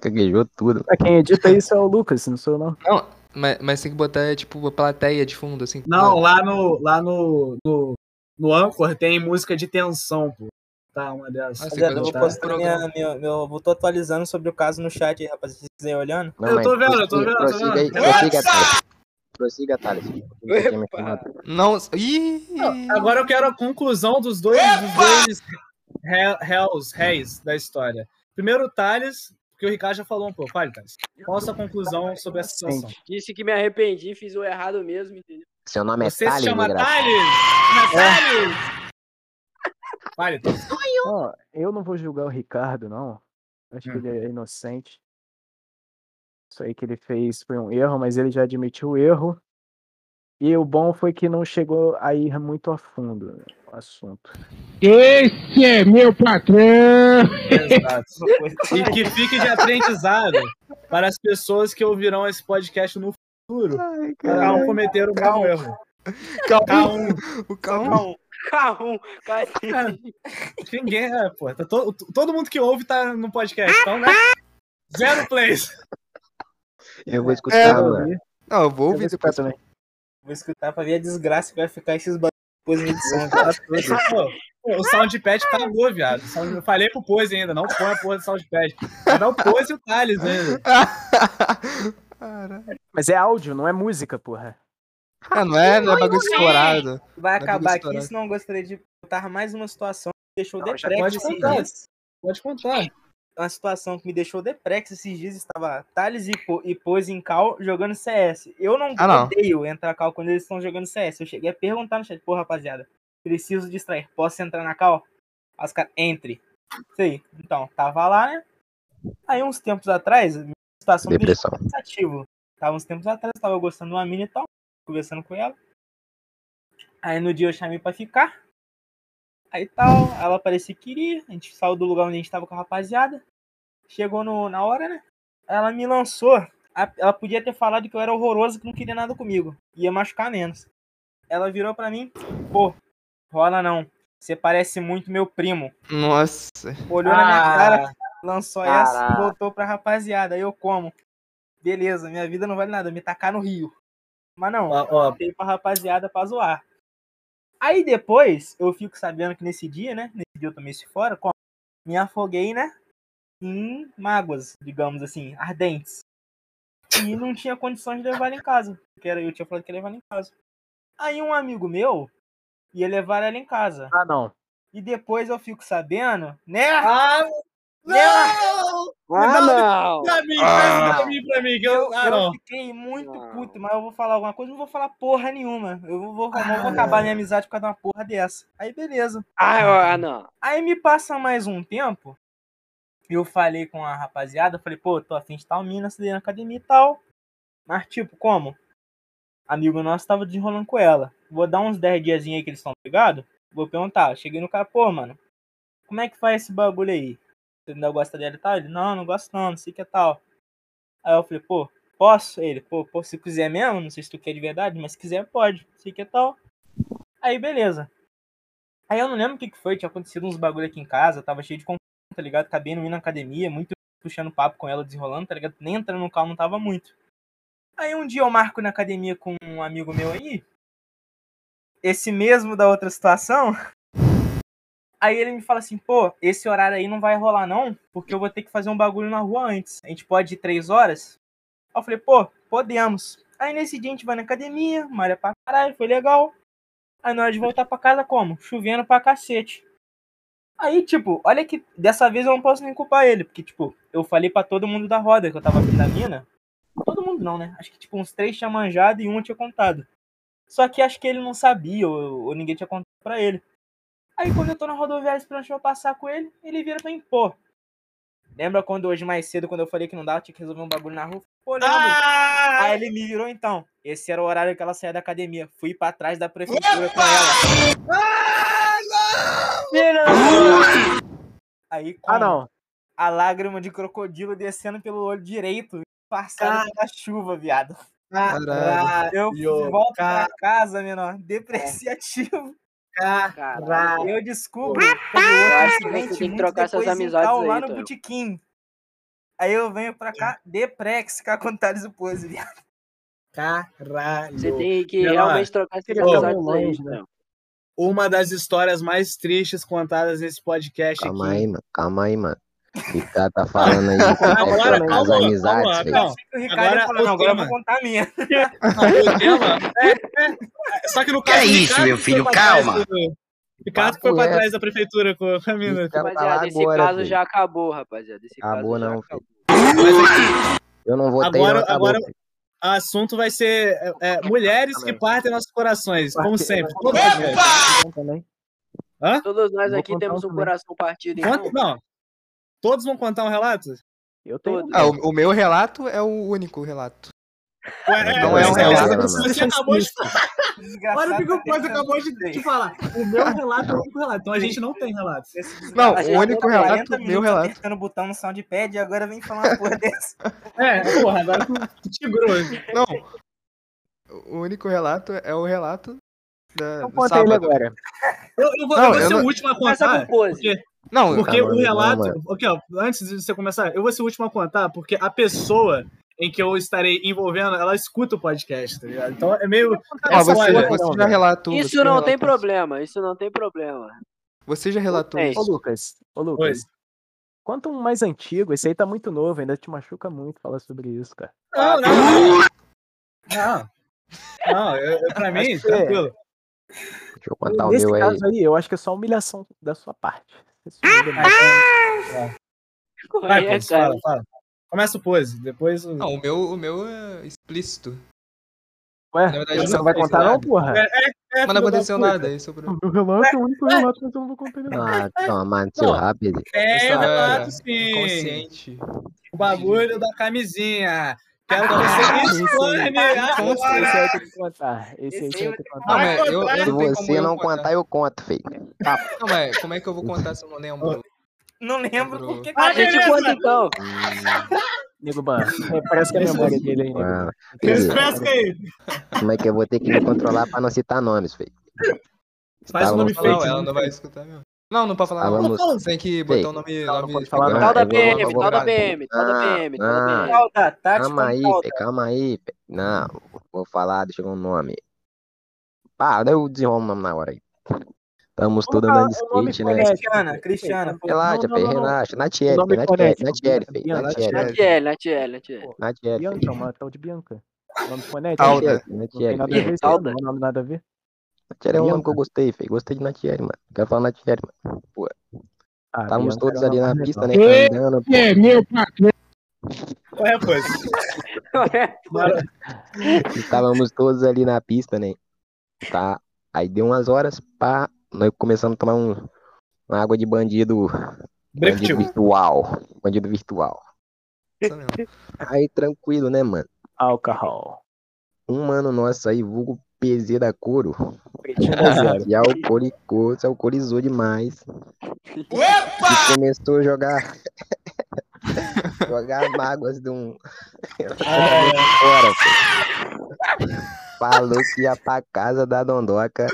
Speaker 6: Caguejou tudo.
Speaker 2: Pra quem edita isso é o Lucas, não sou eu, não.
Speaker 4: Não, mas, mas tem que botar tipo a plateia de fundo assim.
Speaker 1: Não, lá no. Lá no, no No Anchor tem música de tensão, pô. Tá, uma delas.
Speaker 4: Ah,
Speaker 9: Rapaziada, é, eu
Speaker 4: quando
Speaker 9: vou
Speaker 1: tá.
Speaker 9: postar
Speaker 4: programa.
Speaker 9: minha, minha, meu- vou tô atualizando sobre o caso no chat aí, rapaz. Se vocês quiserem olhando.
Speaker 6: Não,
Speaker 1: Eu
Speaker 6: mas
Speaker 1: tô vendo, eu tô vendo, eu tô
Speaker 6: Prossiga, aí,
Speaker 1: vendo.
Speaker 6: prossiga, Thales. Prossiga, Thales. Você tinha me
Speaker 5: Epa!
Speaker 6: chamado.
Speaker 4: Não. Ih!
Speaker 1: Agora eu quero a conclusão dos dois, dos dois ré- réus, réis da história. Primeiro, o Thales, porque o Ricardo já falou um pouco. Fale, Thales. Qual a sua conclusão sobre essa situação?
Speaker 5: Disse que me arrependi, fiz o errado mesmo, entendeu?
Speaker 6: Seu nome é
Speaker 1: Você se
Speaker 6: Thales,
Speaker 1: chama
Speaker 6: desgraçado.
Speaker 1: Thales? Não é Thales? Fale, Thales.
Speaker 2: Ó, eu não vou julgar o Ricardo, não. Acho que
Speaker 1: Hum.
Speaker 2: ele é inocente. Isso aí que ele fez foi um erro, mas ele já admitiu o erro. E o bom foi que não chegou a ir muito a fundo né, o assunto.
Speaker 10: Esse é meu patrão!
Speaker 1: Exato.
Speaker 9: Uma coisa-
Speaker 1: E que fique de aprendizado para as pessoas que ouvirão esse podcast no futuro. Ah, Para não cometer o mesmo erro. K1.
Speaker 4: O carro.
Speaker 9: Não,
Speaker 5: Carrão, cara.
Speaker 1: Cara, ninguém, é, pô. Tá to- todo mundo que ouve tá no podcast, então, né? Zero plays.
Speaker 6: Eu vou escutar,
Speaker 4: É,
Speaker 6: mano.
Speaker 4: Não, eu vou
Speaker 2: Eu vou
Speaker 4: ouvir
Speaker 2: escutar
Speaker 4: depois.
Speaker 2: também.
Speaker 9: vou escutar pra ver a desgraça que vai ficar esses bagulho depois na edição.
Speaker 1: Pô, pô, o soundpad cagou, viado. Sound- Eu falei pro Pose ainda, não põe a porra do soundpad. Vai dar o Pose e o Thales, né?
Speaker 4: Caralho.
Speaker 2: Mas é áudio, não é música, porra.
Speaker 4: Ah, não é, não é bagulho explorado.
Speaker 9: Vai
Speaker 4: Vai
Speaker 9: acabar aqui,
Speaker 4: estourar.
Speaker 9: senão eu gostaria de contar mais uma situação que me deixou
Speaker 2: Não, já
Speaker 9: deprex
Speaker 1: pode
Speaker 9: esses
Speaker 1: contar.
Speaker 9: dias.
Speaker 1: Pode contar.
Speaker 9: Uma situação que me deixou deprex esses dias estava Thales e, po e Pose em Cal jogando CS. Eu não,
Speaker 4: Ah, não.
Speaker 9: odeio entrar Cal quando eles estão jogando CS. Eu cheguei a perguntar no chat, pô, rapaziada, preciso distrair, posso entrar na Cal? As caras, entre. Isso aí. Então, tava lá, né? Aí uns tempos atrás, minha situação me deixou
Speaker 6: Depressão.
Speaker 9: pensativo. Tava uns tempos atrás, tava gostando de uma mina e tal, conversando com ela. Aí no dia eu chamei pra ficar. Aí tal, ela parecia que queria. A gente saiu do lugar onde a gente tava com a rapaziada. Chegou no, na hora, né? Ela me lançou. A- ela podia ter falado que eu era horroroso, que não queria nada comigo. Ia machucar menos. Ela virou pra mim, pô, rola não. Você parece muito meu primo.
Speaker 4: Nossa.
Speaker 9: Olhou na minha
Speaker 1: Ah.
Speaker 9: cara, lançou essa e
Speaker 5: Caraca.
Speaker 9: voltou pra rapaziada. Aí eu como. Beleza, minha vida não vale nada, me tacar no rio. Mas não,
Speaker 1: Ó, ó,
Speaker 9: voltei pra rapaziada pra zoar. Aí depois, eu fico sabendo que nesse dia, né? Nesse dia eu tomei isso fora, como? Me afoguei, né? Em mágoas, digamos assim, ardentes. E não tinha condições de levar ela em casa. Porque era, eu tinha falado que ia levar ela em casa. Aí um amigo meu ia levar ela em casa.
Speaker 2: Ah, não.
Speaker 9: E depois eu fico sabendo, né?
Speaker 1: Ah, não!
Speaker 5: Ah, não!
Speaker 1: Pra mim, faz isso pra mim, pra mim. que
Speaker 9: Eu,
Speaker 1: Ah. eu, ah,
Speaker 9: eu
Speaker 1: não.
Speaker 9: fiquei muito
Speaker 5: Não.
Speaker 9: puto, mas eu vou falar alguma coisa, não vou falar porra nenhuma. Eu vou, vou, não vou acabar minha amizade por causa de uma porra dessa. Aí beleza.
Speaker 5: Ah, ó, ah, não.
Speaker 9: Aí me passa mais um tempo, eu falei com a rapaziada, falei, pô, tô afim de tal mina, se na academia e tal. Mas tipo, como? Amigo nosso tava desenrolando com ela. Vou dar uns 10 diazinhos aí que eles estão ligados. Vou perguntar. Cheguei no cara, pô, mano, como é que faz esse bagulho aí? Você ainda gosta dela e tal? Ele, não, não gosto não, não sei o que é tal. Aí eu falei, pô, posso? Ele, pô, pô, se quiser mesmo, não sei se tu quer de verdade, mas se quiser pode, não sei o que é tal. Aí beleza. Aí eu não lembro o que, que foi, tinha acontecido uns bagulho aqui em casa, eu tava cheio de confusão, tá ligado? Acabei não indo na academia, muito puxando papo com ela, desenrolando, tá ligado? Nem entrando no carro não tava muito. Aí um dia eu marco na academia com um amigo meu aí, esse mesmo da outra situação. Aí ele me fala assim, pô, esse horário aí não vai rolar não, porque eu vou ter que fazer um bagulho na rua antes. A gente pode ir três horas? Aí eu falei, pô, podemos. Aí nesse dia a gente vai na academia, malha pra caralho, foi legal. Aí É na hora de voltar pra casa, como? Chovendo pra cacete. Aí, tipo, olha que dessa vez eu não posso nem culpar ele, porque, tipo, eu falei pra todo mundo da roda que eu tava aqui na mina. Todo mundo não, né? Acho que, tipo, uns três tinha manjado e um tinha contado. Só que acho que ele não sabia, ou, ou ninguém tinha contado pra ele. Aí quando eu tô na rodoviária esperando eu passar com ele, ele vira pra mim, pô. Lembra quando hoje mais cedo, quando eu falei que não dava, eu tinha que resolver um bagulho na rua? Pô, lembro. Aí ele me virou então. Esse era o horário que ela saía da academia. Fui pra trás da prefeitura com ela. Aí com
Speaker 2: Ah, não.
Speaker 9: a lágrima de crocodilo descendo pelo olho direito, passada pela chuva, viado.
Speaker 4: Ah, Caralho.
Speaker 9: Eu
Speaker 1: Yo,
Speaker 9: volto
Speaker 1: cara.
Speaker 9: pra casa, menor, depreciativo.
Speaker 5: Caralho.
Speaker 9: Eu descubro
Speaker 5: Eu acho que você
Speaker 9: pelo outro
Speaker 5: tem que
Speaker 9: muito
Speaker 5: trocar essas
Speaker 9: depois em
Speaker 5: amizades
Speaker 9: tal, lá
Speaker 5: aí,
Speaker 9: no
Speaker 5: Tonho.
Speaker 9: botequim. Aí eu venho pra cá, deprex, ficar com o Thales e o Pose, viado.
Speaker 1: Caralho.
Speaker 5: Você tem que
Speaker 1: Não,
Speaker 5: realmente trocar essas
Speaker 2: Queria jogar
Speaker 5: amizades
Speaker 2: longe,
Speaker 5: aí,
Speaker 2: né?
Speaker 5: Tonho.
Speaker 1: uma das histórias mais tristes contadas nesse podcast
Speaker 6: Calma
Speaker 1: aqui.
Speaker 6: aí, mano. Calma aí, mano. Ricardo tá falando aí que tá
Speaker 1: Ah, Agora,
Speaker 6: faltando
Speaker 1: calma,
Speaker 6: as
Speaker 1: calma,
Speaker 6: amizades,
Speaker 1: calma.
Speaker 6: velho.
Speaker 1: Não,
Speaker 9: O Ricardo
Speaker 1: Agora
Speaker 9: ia falar, não,
Speaker 1: o
Speaker 9: agora eu
Speaker 1: tema.
Speaker 9: vou contar a minha.
Speaker 1: o tema é- é- Só que no
Speaker 11: Que
Speaker 1: caso.
Speaker 11: é
Speaker 1: o
Speaker 11: isso,
Speaker 1: Ricardo
Speaker 11: meu
Speaker 1: foi
Speaker 11: filho,
Speaker 1: pra trás
Speaker 11: calma.
Speaker 1: do- Ricardo foi
Speaker 6: Papo
Speaker 1: pra
Speaker 6: reto.
Speaker 1: trás da prefeitura com a mina.
Speaker 6: Ricardo tá lá
Speaker 5: Rapaziada, esse
Speaker 6: agora,
Speaker 5: caso
Speaker 6: filho.
Speaker 5: já acabou, rapaziada. Esse
Speaker 6: Acabou
Speaker 5: caso já
Speaker 6: não,
Speaker 5: acabou.
Speaker 6: Eu não votei,
Speaker 1: Agora-
Speaker 6: não, acabou,
Speaker 1: agora-
Speaker 6: filho.
Speaker 1: O assunto vai ser é, é, mulheres que partem nossos corações, como
Speaker 2: Parte-
Speaker 1: sempre.
Speaker 2: Vou
Speaker 1: Todo
Speaker 2: contar
Speaker 1: mundo.
Speaker 2: também.
Speaker 5: Todos nós
Speaker 2: Vou
Speaker 5: aqui
Speaker 2: contar
Speaker 5: temos um
Speaker 2: também.
Speaker 5: coração partido em
Speaker 1: Conta- não. Todos vão contar um relato?
Speaker 2: Eu tenho. um
Speaker 5: Todo.
Speaker 4: Ah, o, o meu relato é o único relato.
Speaker 6: Não é um relato.
Speaker 1: Você acabou de
Speaker 9: Desgraçado, tá pensando em
Speaker 1: falar. O meu relato é o único relato. Então a gente não tem relato.
Speaker 9: três.
Speaker 4: Não,
Speaker 9: Esse
Speaker 4: o único
Speaker 9: desgraçado
Speaker 4: relato,
Speaker 9: 40
Speaker 4: meu
Speaker 9: minutos
Speaker 4: relato.
Speaker 9: apertando o botão no Soundpad e agora vem falar uma porra dessa.
Speaker 1: É, porra, agora tu tigrou.
Speaker 4: Não. O único relato é o relato da,
Speaker 2: Então
Speaker 4: do
Speaker 2: conta
Speaker 4: Ah, sábado.
Speaker 2: ele agora.
Speaker 1: Eu, eu vou,
Speaker 4: Não,
Speaker 1: eu vou
Speaker 4: eu
Speaker 1: ser
Speaker 4: não-
Speaker 1: o último a
Speaker 5: Começa
Speaker 1: contar.
Speaker 5: com pose.
Speaker 1: Porque,
Speaker 4: Não,
Speaker 1: porque
Speaker 6: Ah, mano,
Speaker 1: o relato.
Speaker 6: não, mano.
Speaker 1: Aqui, ó, antes de você começar, eu vou ser o último a contar, porque a pessoa em que eu estarei envolvendo, ela escuta o podcast, tá ligado? Então é meio.
Speaker 4: ah,
Speaker 1: essa
Speaker 4: você,
Speaker 1: olha-
Speaker 4: você
Speaker 2: não,
Speaker 4: já
Speaker 2: velho.
Speaker 4: relatou. você
Speaker 5: Isso
Speaker 4: já
Speaker 5: não tem
Speaker 4: relatou.
Speaker 5: problema, isso não tem problema.
Speaker 4: Você já relatou.
Speaker 5: Não tem.
Speaker 4: isso.
Speaker 2: Ô, Lucas. Ô, Lucas. Conta um mais antigo. Esse aí tá muito novo, ainda te machuca muito falar sobre isso, cara.
Speaker 1: Não, não, não. tá Não, não eu, eu- pra mim,
Speaker 2: Acho que-
Speaker 1: tranquilo.
Speaker 6: Deixa eu contar Tá, o
Speaker 2: Nesse
Speaker 6: meu aí.
Speaker 2: caso aí, eu acho que é só humilhação da sua parte. Você se humilha muito.
Speaker 1: Vai,
Speaker 5: É,
Speaker 1: Pose,
Speaker 5: cara.
Speaker 1: fala, fala. Começa o pose, depois. o-
Speaker 4: Não, o meu, o meu é explícito.
Speaker 2: Ué,
Speaker 4: Na verdade,
Speaker 2: você
Speaker 4: não
Speaker 2: não vai
Speaker 4: fez
Speaker 2: contar não,
Speaker 4: nada.
Speaker 2: porra?
Speaker 1: É,
Speaker 4: Mas
Speaker 1: filho da
Speaker 4: não aconteceu
Speaker 1: puta.
Speaker 4: nada, esse é o problema.
Speaker 2: meu relato é o único relato, mas eu não vou contar ele
Speaker 6: Ah, toma, seu
Speaker 1: Não.
Speaker 6: rápido.
Speaker 1: É,
Speaker 4: Essa
Speaker 1: relato sim.
Speaker 4: Consciente.
Speaker 1: O bagulho da camisinha.
Speaker 6: Ah,
Speaker 1: Quero que você Ah, me explane.
Speaker 2: Esse
Speaker 1: agora.
Speaker 2: aí tem que contar. Esse aí
Speaker 5: Esse
Speaker 2: tem
Speaker 5: aí
Speaker 2: que
Speaker 4: Não,
Speaker 2: contar.
Speaker 4: mas é, eu, eu
Speaker 6: Se
Speaker 4: não tenho como
Speaker 6: você
Speaker 4: eu
Speaker 6: não contar, eu conto, filho.
Speaker 4: Não, mas como é que eu vou contar se eu não lembro?
Speaker 9: Não lembro
Speaker 4: Lembrou.
Speaker 9: porque...
Speaker 5: A gente
Speaker 1: beleza.
Speaker 5: conta então.
Speaker 2: Nego Ban. É, Parece que é a memória dele aí. Nego.
Speaker 6: Ah, filho,
Speaker 1: Pesca aí.
Speaker 6: como é que eu vou ter que me controlar pra não citar nomes, filho?
Speaker 1: Faz o nome
Speaker 4: Não,
Speaker 6: Estávamos-
Speaker 1: fake.
Speaker 4: ela não vai escutar mesmo. Não, não pode falar não.
Speaker 6: Estávamos-
Speaker 4: Tem que botar o nome.
Speaker 2: Não, não
Speaker 4: nome
Speaker 2: pode falar
Speaker 4: figurado.
Speaker 2: não.
Speaker 5: Tal da
Speaker 6: eu vou- eu
Speaker 5: PM,
Speaker 6: vou
Speaker 5: tal da
Speaker 4: guardar.
Speaker 5: PM, tal da
Speaker 6: Ah,
Speaker 5: PM, tal da
Speaker 6: ah.
Speaker 5: PM.
Speaker 9: Calda, Tati,
Speaker 6: Calma aí,
Speaker 9: calda.
Speaker 6: pé, calma aí, pé. Não, vou falar, deixa eu ver um nome. Pá, eu desenrolo o nome na hora aí. Estamos
Speaker 2: Vamos
Speaker 6: todos
Speaker 2: falar
Speaker 6: andando de
Speaker 2: um nome
Speaker 6: skate, né?
Speaker 2: fonético.
Speaker 9: Cristiana, Cristiana, pô.
Speaker 6: Relaxa,
Speaker 2: Não, não,
Speaker 6: filho,
Speaker 2: não, não.
Speaker 6: relaxa. Natiele,
Speaker 2: nome
Speaker 6: filho, Natiele,
Speaker 2: fonético.
Speaker 6: Natiele, filho,
Speaker 2: Bianca,
Speaker 6: Natiele.
Speaker 2: Natiele.
Speaker 5: Natiele, Natiele, Natiele.
Speaker 6: Natiele, filho.
Speaker 2: Bianca, uma tal de Bianca. Nome fonético.
Speaker 4: Calda.
Speaker 6: Natiele,
Speaker 2: Não tem
Speaker 6: Natiele,
Speaker 2: nada a
Speaker 6: filho.
Speaker 2: ver, isso aí,
Speaker 5: Calda.
Speaker 2: não tem nome nada a ver.
Speaker 6: Natiele é um nome que
Speaker 2: Bianca.
Speaker 6: eu gostei, filho. Gostei de Natiele, mano. Quero falar Natiele,
Speaker 2: Tá
Speaker 6: mano. Pô,
Speaker 2: Ah,
Speaker 6: estávamos
Speaker 2: Bianca
Speaker 6: todos
Speaker 2: era
Speaker 6: ali
Speaker 2: uma
Speaker 6: na
Speaker 2: mais
Speaker 6: pista, né?
Speaker 2: legal.
Speaker 6: Andando,
Speaker 10: Esse é meu patrão.
Speaker 1: Qual é, pois?
Speaker 6: Estávamos todos ali na pista, né? Tá. Aí deu umas horas, pá. Nós começamos a tomar um, uma água de bandido. Bandido
Speaker 1: Breftil.
Speaker 6: virtual. Bandido virtual.
Speaker 4: Essa mesmo.
Speaker 6: Aí tranquilo, né, mano?
Speaker 2: Alcohol.
Speaker 6: Um mano nosso aí, vulgo PZ da couro.
Speaker 2: Pretinho da zero.
Speaker 6: Se alcoolicou, se alcoolizou é demais. E começou a jogar. jogar as mágoas de um. fora, pô. Falou que ia pra casa da Dondoca.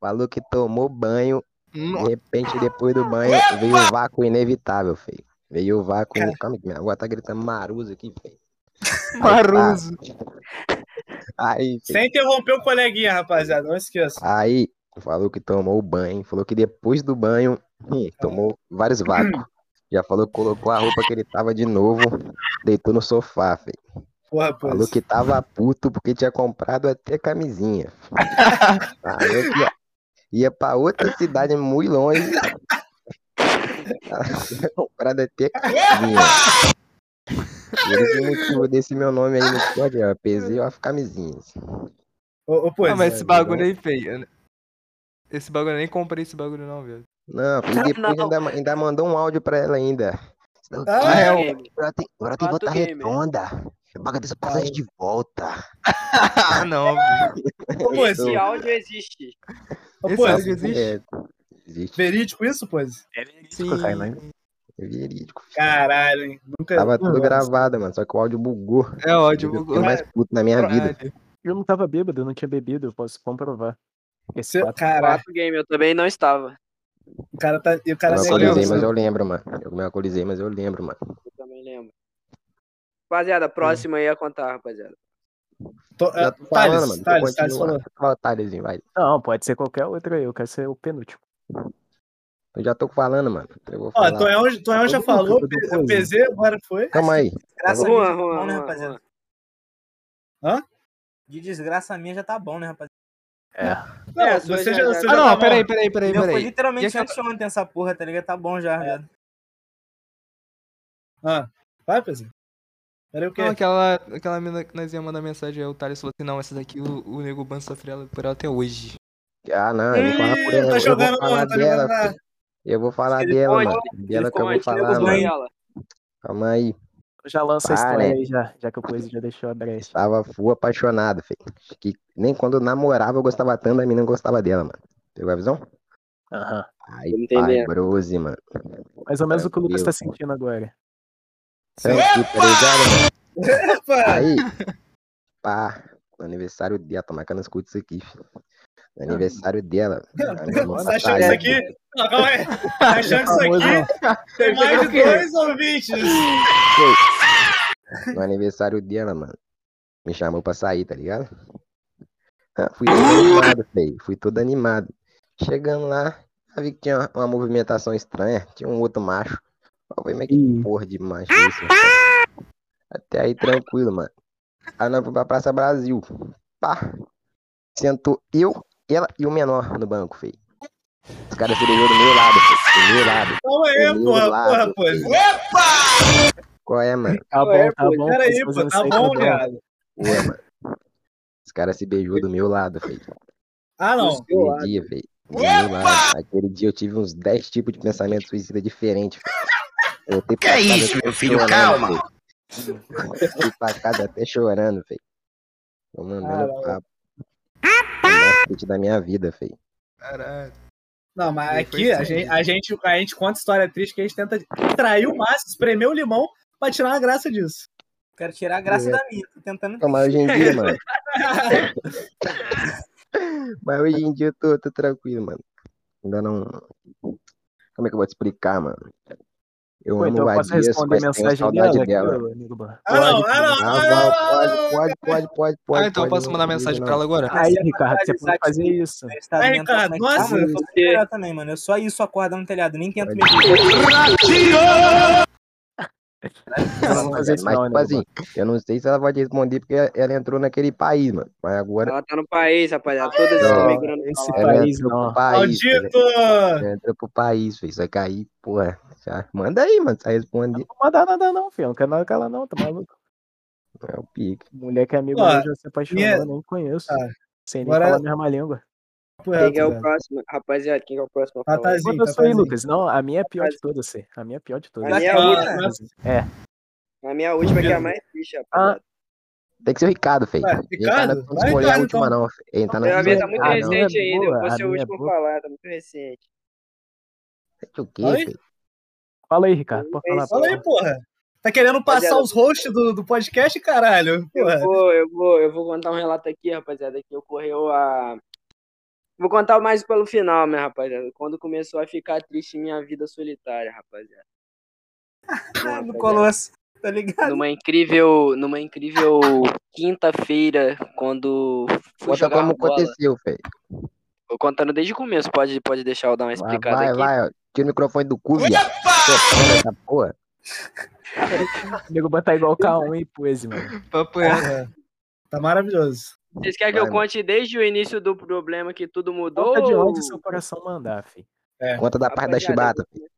Speaker 6: Falou que tomou banho. De repente, depois do banho, veio o vácuo inevitável, feio. Veio o vácuo. Calma aí, que minha avó tá gritando maruso aqui, feio.
Speaker 4: Maruso.
Speaker 6: Aí, feio.
Speaker 1: Sem interromper o coleguinha, rapaziada. Não esqueça.
Speaker 6: Aí, falou que tomou banho, falou que depois do banho, ih, tomou vários vácuos. Já falou que colocou a roupa que ele tava de novo, deitou no sofá, filho.
Speaker 1: Porra, pois.
Speaker 6: Falou que tava puto porque tinha comprado até camisinha. Falou que ia, ia pra outra cidade muito longe. Tinha comprado até camisinha. Por esse motivo desse meu nome aí no código, é PZ of Camisinhas.
Speaker 1: Ô, ô, pois.
Speaker 4: Ah, mas esse
Speaker 6: é,
Speaker 4: bagulho né? aí feio. Esse bagulho eu nem comprei esse bagulho, não, velho.
Speaker 6: Não, e depois
Speaker 5: Não.
Speaker 6: Ainda, ainda mandou um áudio pra ela ainda.
Speaker 1: Ah,
Speaker 5: Quatro
Speaker 4: é, o-
Speaker 5: game.
Speaker 6: Agora tem, agora tem
Speaker 5: Quatro
Speaker 6: que voltar
Speaker 5: gamer.
Speaker 6: redonda. Paga dessa
Speaker 1: Ah, é.
Speaker 6: passagem de volta.
Speaker 4: Ah, não, velho.
Speaker 1: Ô, pois.
Speaker 5: Esse áudio existe.
Speaker 1: assim, Ô,
Speaker 4: Esse
Speaker 1: pois.
Speaker 4: áudio existe?
Speaker 6: É, existe.
Speaker 1: Verídico isso, pois?
Speaker 4: Sim.
Speaker 2: né?
Speaker 6: É verídico.
Speaker 1: Caralho, hein? Nunca.
Speaker 6: Tava tudo
Speaker 1: É, Nossa.
Speaker 6: gravado, mano, só que o áudio bugou.
Speaker 4: É ódio.
Speaker 6: eu
Speaker 4: vou-
Speaker 6: fiquei mais puto na minha vida.
Speaker 4: Caralho.
Speaker 2: Eu não tava bêbado, eu não tinha bebido, eu posso comprovar. Esse
Speaker 1: Cê-
Speaker 2: fato.
Speaker 1: Caralho,
Speaker 5: Quatro game, eu também não estava.
Speaker 1: o cara tá. e O
Speaker 6: Eu
Speaker 1: cara
Speaker 6: me
Speaker 1: nem
Speaker 6: alcoolizei,
Speaker 1: lembra.
Speaker 6: mas eu lembro, mano. Eu me alcoolizei, mas eu lembro, mano.
Speaker 5: Eu também lembro. é Rapaziada, próximo aí a contar, rapaziada.
Speaker 1: Tô-
Speaker 6: Já
Speaker 1: é,
Speaker 6: tô falando,
Speaker 1: Thales, Thales,
Speaker 6: mano.
Speaker 1: Thales
Speaker 6: continua.
Speaker 1: falou.
Speaker 6: Fala, Thalesinho, vai.
Speaker 2: Não, pode ser qualquer outro aí. Eu quero ser o penúltimo.
Speaker 6: Eu já tô falando, mano. Eu vou
Speaker 1: Ó, então é
Speaker 6: falar.
Speaker 1: Tonhão, Tonhão já
Speaker 2: Todo mundo,
Speaker 1: falou,
Speaker 2: todo
Speaker 1: P-
Speaker 2: mundo.
Speaker 1: PZ agora foi.
Speaker 6: né? Calma aí.
Speaker 9: Graça
Speaker 5: Juan,
Speaker 9: minha já
Speaker 5: Juan,
Speaker 9: tá bom, né,
Speaker 5: Juan,
Speaker 9: rapaziada?
Speaker 1: Hã?
Speaker 9: De desgraça minha já tá bom, né, rapaziada?
Speaker 2: É.
Speaker 1: Não,
Speaker 5: É, sua
Speaker 1: você
Speaker 5: já-
Speaker 1: já,
Speaker 5: já-
Speaker 1: você
Speaker 5: Ah,
Speaker 4: Ah,
Speaker 1: já tá
Speaker 4: não,
Speaker 1: bom.
Speaker 4: peraí, peraí, peraí,
Speaker 9: Meu foi
Speaker 4: peraí. E
Speaker 9: literalmente
Speaker 4: aquela-
Speaker 9: anteontem essa porra, tá ligado? Tá bom
Speaker 2: É.
Speaker 9: já, velho.
Speaker 1: Ah, vai, PZ. Peraí o quê?
Speaker 4: Não, aquela, aquela mina que nós ia mandar mensagem, aí o Thales falou assim, não, essa daqui o, o Nego Ban sofre ela- por ela até hoje.
Speaker 6: Ah, não, eu vou falar por
Speaker 1: Ih,
Speaker 6: ela.
Speaker 1: tá
Speaker 6: eu
Speaker 1: jogando,
Speaker 6: vou falar
Speaker 1: tá
Speaker 6: dela.
Speaker 1: jogando na-
Speaker 6: Eu vou falar
Speaker 9: Ele
Speaker 6: dela,
Speaker 5: pode,
Speaker 6: mano. Dela que eu vou
Speaker 5: Responde, nego
Speaker 6: falar,
Speaker 5: Ban e
Speaker 6: mano.
Speaker 5: ela.
Speaker 6: Calma aí.
Speaker 2: Já lança a
Speaker 6: Para,
Speaker 2: história
Speaker 6: né?
Speaker 2: aí, já, já que o Coisa já deixou a brecha.
Speaker 6: Tava full apaixonado, filho. Que nem quando eu namorava eu gostava tanto, a menina gostava dela, mano. Pegou a visão?
Speaker 2: Aham.
Speaker 6: Ai,
Speaker 5: Tô me
Speaker 6: pai,
Speaker 5: entendendo.
Speaker 6: brose, mano.
Speaker 2: Mais ou menos o que o Lucas
Speaker 6: Tranquilo.
Speaker 2: tá sentindo agora.
Speaker 1: é
Speaker 6: Tranquilo, tá ligado, mano?
Speaker 1: Opa!
Speaker 6: Aí, pá, no aniversário dela, tomar que ela não escuta isso aqui, filho. No aniversário dela. a minha irmã
Speaker 1: Você
Speaker 6: tá
Speaker 1: achando isso
Speaker 6: aí,
Speaker 1: aqui? Não, calma aí. Tá achando isso aqui? Tem mais de dois ouvintes.
Speaker 6: No aniversário dela, mano. Me chamou pra sair, tá ligado? Ah, Fui todo animado, feio. Fui todo animado. Chegando lá, eu vi que tinha uma, uma movimentação estranha. Tinha um outro macho. Eu falei, mas que
Speaker 2: Ih.
Speaker 6: porra de macho é isso? rapaz? Até aí, tranquilo, mano. Aí nós fomos pra Praça Brasil. Pá. Sentou eu, ela e o menor no banco, feio. Os caras se beijou do meu lado, feio. Do meu lado.
Speaker 1: Calma
Speaker 6: Do
Speaker 1: aí,
Speaker 6: meu
Speaker 1: porra, porra,
Speaker 6: lado,
Speaker 1: pô.
Speaker 6: feio. Qual é, mano?
Speaker 2: Tá bom,
Speaker 5: é,
Speaker 2: tá
Speaker 5: pô,
Speaker 2: bom.
Speaker 1: Pera aí,
Speaker 2: vocês
Speaker 1: pô,
Speaker 2: não
Speaker 1: tá
Speaker 2: sei,
Speaker 1: bom, viado.
Speaker 6: Porra, mano. Os caras se beijou do meu lado, feio.
Speaker 1: Ah, não.
Speaker 6: Aquele
Speaker 5: lado.
Speaker 6: dia, velho. do meu lado. Aquele dia eu tive uns 10 tipos de pensamento suicida diferente. Eu que é isso, meu filho? Calma! Fui pra casa até chorando, velho. Tô mandando papo. Rapaz! da minha vida, feio.
Speaker 4: Caralho.
Speaker 1: Não, mas
Speaker 4: Ele foi
Speaker 1: aqui a
Speaker 4: assim,
Speaker 1: gente,
Speaker 4: né?
Speaker 1: a, gente, a gente conta história triste que a gente tenta trair o máximo, espremer o limão pra tirar uma graça disso.
Speaker 9: Quero tirar a graça da minha, tô tentando.
Speaker 6: Mas hoje em dia, mano. Mas hoje em dia eu tô, tô tranquilo, mano. Ainda não. Como é que eu vou te explicar, mano? Eu
Speaker 2: Pô,
Speaker 6: amo
Speaker 2: então eu
Speaker 6: vadias,
Speaker 2: posso responder a
Speaker 6: mas tenho
Speaker 2: mensagem
Speaker 6: saudade
Speaker 2: dela,
Speaker 6: dela.
Speaker 2: aqui, ô, amigo Ban?
Speaker 1: Ah, não, ah, não, ah, não, ah, não.
Speaker 6: Pode, pode, pode, pode, pode.
Speaker 4: Ah, então eu
Speaker 6: pode,
Speaker 4: posso
Speaker 6: não
Speaker 4: mandar
Speaker 6: liga,
Speaker 4: mensagem
Speaker 6: não.
Speaker 4: pra ela agora?
Speaker 2: Aí,
Speaker 9: Mas é
Speaker 2: Ricardo, você
Speaker 9: atualizar
Speaker 2: pode
Speaker 9: que
Speaker 2: fazer isso.
Speaker 9: Meu estado
Speaker 1: Ai,
Speaker 9: mental,
Speaker 1: cara,
Speaker 9: como é que
Speaker 1: nossa.
Speaker 9: tá, mano? Eu tô muito melhor também, mano. Eu só isso acordar no telhado, nem tento me.
Speaker 2: Você não vai fazer isso,
Speaker 6: Mas,
Speaker 2: não, né, amigo
Speaker 6: tipo assim,
Speaker 2: Ban.
Speaker 6: eu não sei se ela vai te responder porque ela- ela entrou naquele país, mano. Mas agora
Speaker 5: Ela tá no país, rapaziada. Todas estão
Speaker 6: Não,
Speaker 5: migrando pra
Speaker 2: Esse
Speaker 5: lá.
Speaker 6: ela
Speaker 2: país,
Speaker 6: entrou pro
Speaker 2: não.
Speaker 6: país.
Speaker 1: Maldito!
Speaker 6: Ela ela entrou pro país, filho. Só que aí, porra, é, já- manda aí, mano. tá Sai responder.
Speaker 2: Não mandar nada, não, filho. Não quero nada com ela, não. Tá maluco?
Speaker 6: É o pique.
Speaker 2: Mulher que é amigo
Speaker 1: Ó,
Speaker 2: meu já se apaixonou,
Speaker 1: minha-
Speaker 2: eu nem conheço.
Speaker 1: Ah,
Speaker 2: Sem nem
Speaker 1: agora-
Speaker 2: falar a mesma língua.
Speaker 1: Papo
Speaker 5: Quem
Speaker 1: reto,
Speaker 5: que é o
Speaker 1: velho.
Speaker 5: próximo? Rapaziada, quem que é o próximo? a falar?
Speaker 1: Rapaz,
Speaker 2: Conta a sua aí,
Speaker 1: rapazinho.
Speaker 2: Lucas. Não, a minha é pior de todas, você. A minha é pior de todas.
Speaker 5: A minha é a
Speaker 1: Ah,
Speaker 5: última.
Speaker 1: mas-
Speaker 5: A minha última que é a mais triste, rapaziada.
Speaker 2: Ah,
Speaker 6: Tem que ser o Ricardo, feio.
Speaker 1: Ué,
Speaker 6: Ricardo
Speaker 1: Ricardo?
Speaker 6: não
Speaker 1: Vai,
Speaker 6: escolheu a
Speaker 1: Ricardo,
Speaker 6: última, não. filho. Ele tá na
Speaker 5: a minha tá muito
Speaker 2: Ah, não, é
Speaker 5: recente ainda. Eu
Speaker 2: boa,
Speaker 5: vou
Speaker 2: a
Speaker 5: ser o
Speaker 2: minha é
Speaker 5: último a
Speaker 2: boa.
Speaker 5: falar, tá muito recente.
Speaker 6: O quê,
Speaker 1: Oi?
Speaker 6: filho?
Speaker 2: Fala aí, Ricardo. Pode
Speaker 5: É
Speaker 2: falar.
Speaker 5: isso
Speaker 1: Fala aí, porra. Tá querendo passar
Speaker 5: Rapaziada.
Speaker 1: os hosts do, do podcast, caralho? Porra.
Speaker 5: Eu vou, eu, vou, eu vou contar um relato aqui, rapaziada, que ocorreu a. Vou contar mais pelo final, né, rapaziada? Quando começou a ficar triste minha vida solitária, rapaziada.
Speaker 9: Ah, no
Speaker 5: Rapaziada,
Speaker 9: Colosso, tá ligado?
Speaker 5: Numa incrível, numa incrível quinta-feira, quando fui
Speaker 6: Conta
Speaker 5: jogar
Speaker 6: como
Speaker 5: bola.
Speaker 6: aconteceu, feio.
Speaker 5: Vou contando desde o começo, pode, pode deixar eu dar uma
Speaker 6: Vai,
Speaker 5: explicada
Speaker 6: vai,
Speaker 5: aqui.
Speaker 6: vai, ó. Tira o microfone do cu, viado. Tô essa porra.
Speaker 2: O nego botar igual o K1 e Puese, mano.
Speaker 4: Papo é.
Speaker 1: Tá maravilhoso.
Speaker 5: Vocês querem que eu
Speaker 6: Vai, mano.
Speaker 5: conte desde o início do problema que tudo mudou?
Speaker 2: Conta de onde
Speaker 5: ou-
Speaker 2: seu coração mandar, filho.
Speaker 6: Conta da parte da
Speaker 5: Rapaziada,
Speaker 6: chibata, filho.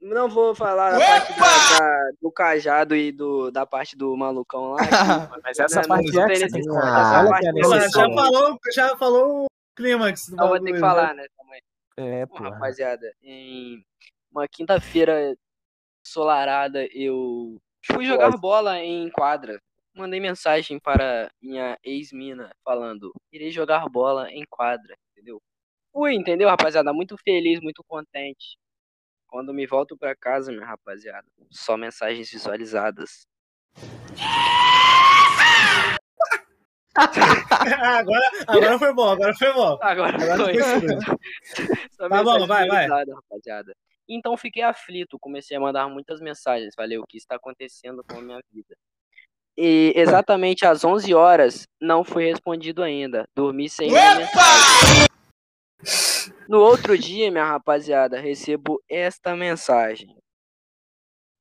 Speaker 5: Não vou falar da parte da- da- do cajado e do, da parte do malucão lá. que-
Speaker 2: Mas essa
Speaker 5: Não,
Speaker 2: parte
Speaker 5: não
Speaker 2: é que
Speaker 5: tem
Speaker 2: você tem que
Speaker 5: necessidade,
Speaker 2: contar.
Speaker 6: essa
Speaker 2: Ela
Speaker 5: parte
Speaker 2: que é
Speaker 5: não.
Speaker 1: Pô, já
Speaker 5: Sensacional.
Speaker 2: necessária.
Speaker 1: falou, já falou o clímax do
Speaker 5: Eu vou ter
Speaker 1: bagulho, né?
Speaker 5: que falar, né? Também.
Speaker 2: É,
Speaker 5: Bom,
Speaker 2: pô.
Speaker 5: rapaziada, em uma quinta-feira solarada, eu fui jogar bola em quadra. Mandei mensagem para minha ex-mina falando: irei jogar bola em quadra, entendeu? Fui, entendeu, rapaziada? Muito feliz, muito contente. Quando me volto pra casa, minha rapaziada, só mensagens visualizadas.
Speaker 1: Ah, agora, agora foi bom, agora foi bom.
Speaker 5: Agora
Speaker 1: Agora
Speaker 5: foi.
Speaker 1: foi tudo.
Speaker 5: Só
Speaker 1: Tá bom,
Speaker 5: mensagem
Speaker 1: vai, vai.
Speaker 5: visualizada, rapaziada. Então fiquei aflito, comecei a mandar muitas mensagens. Falei, o que está acontecendo com a minha vida? E exatamente às 11 horas não foi respondido ainda. Dormi sem ler mensagem. No outro dia, minha rapaziada, recebo esta mensagem.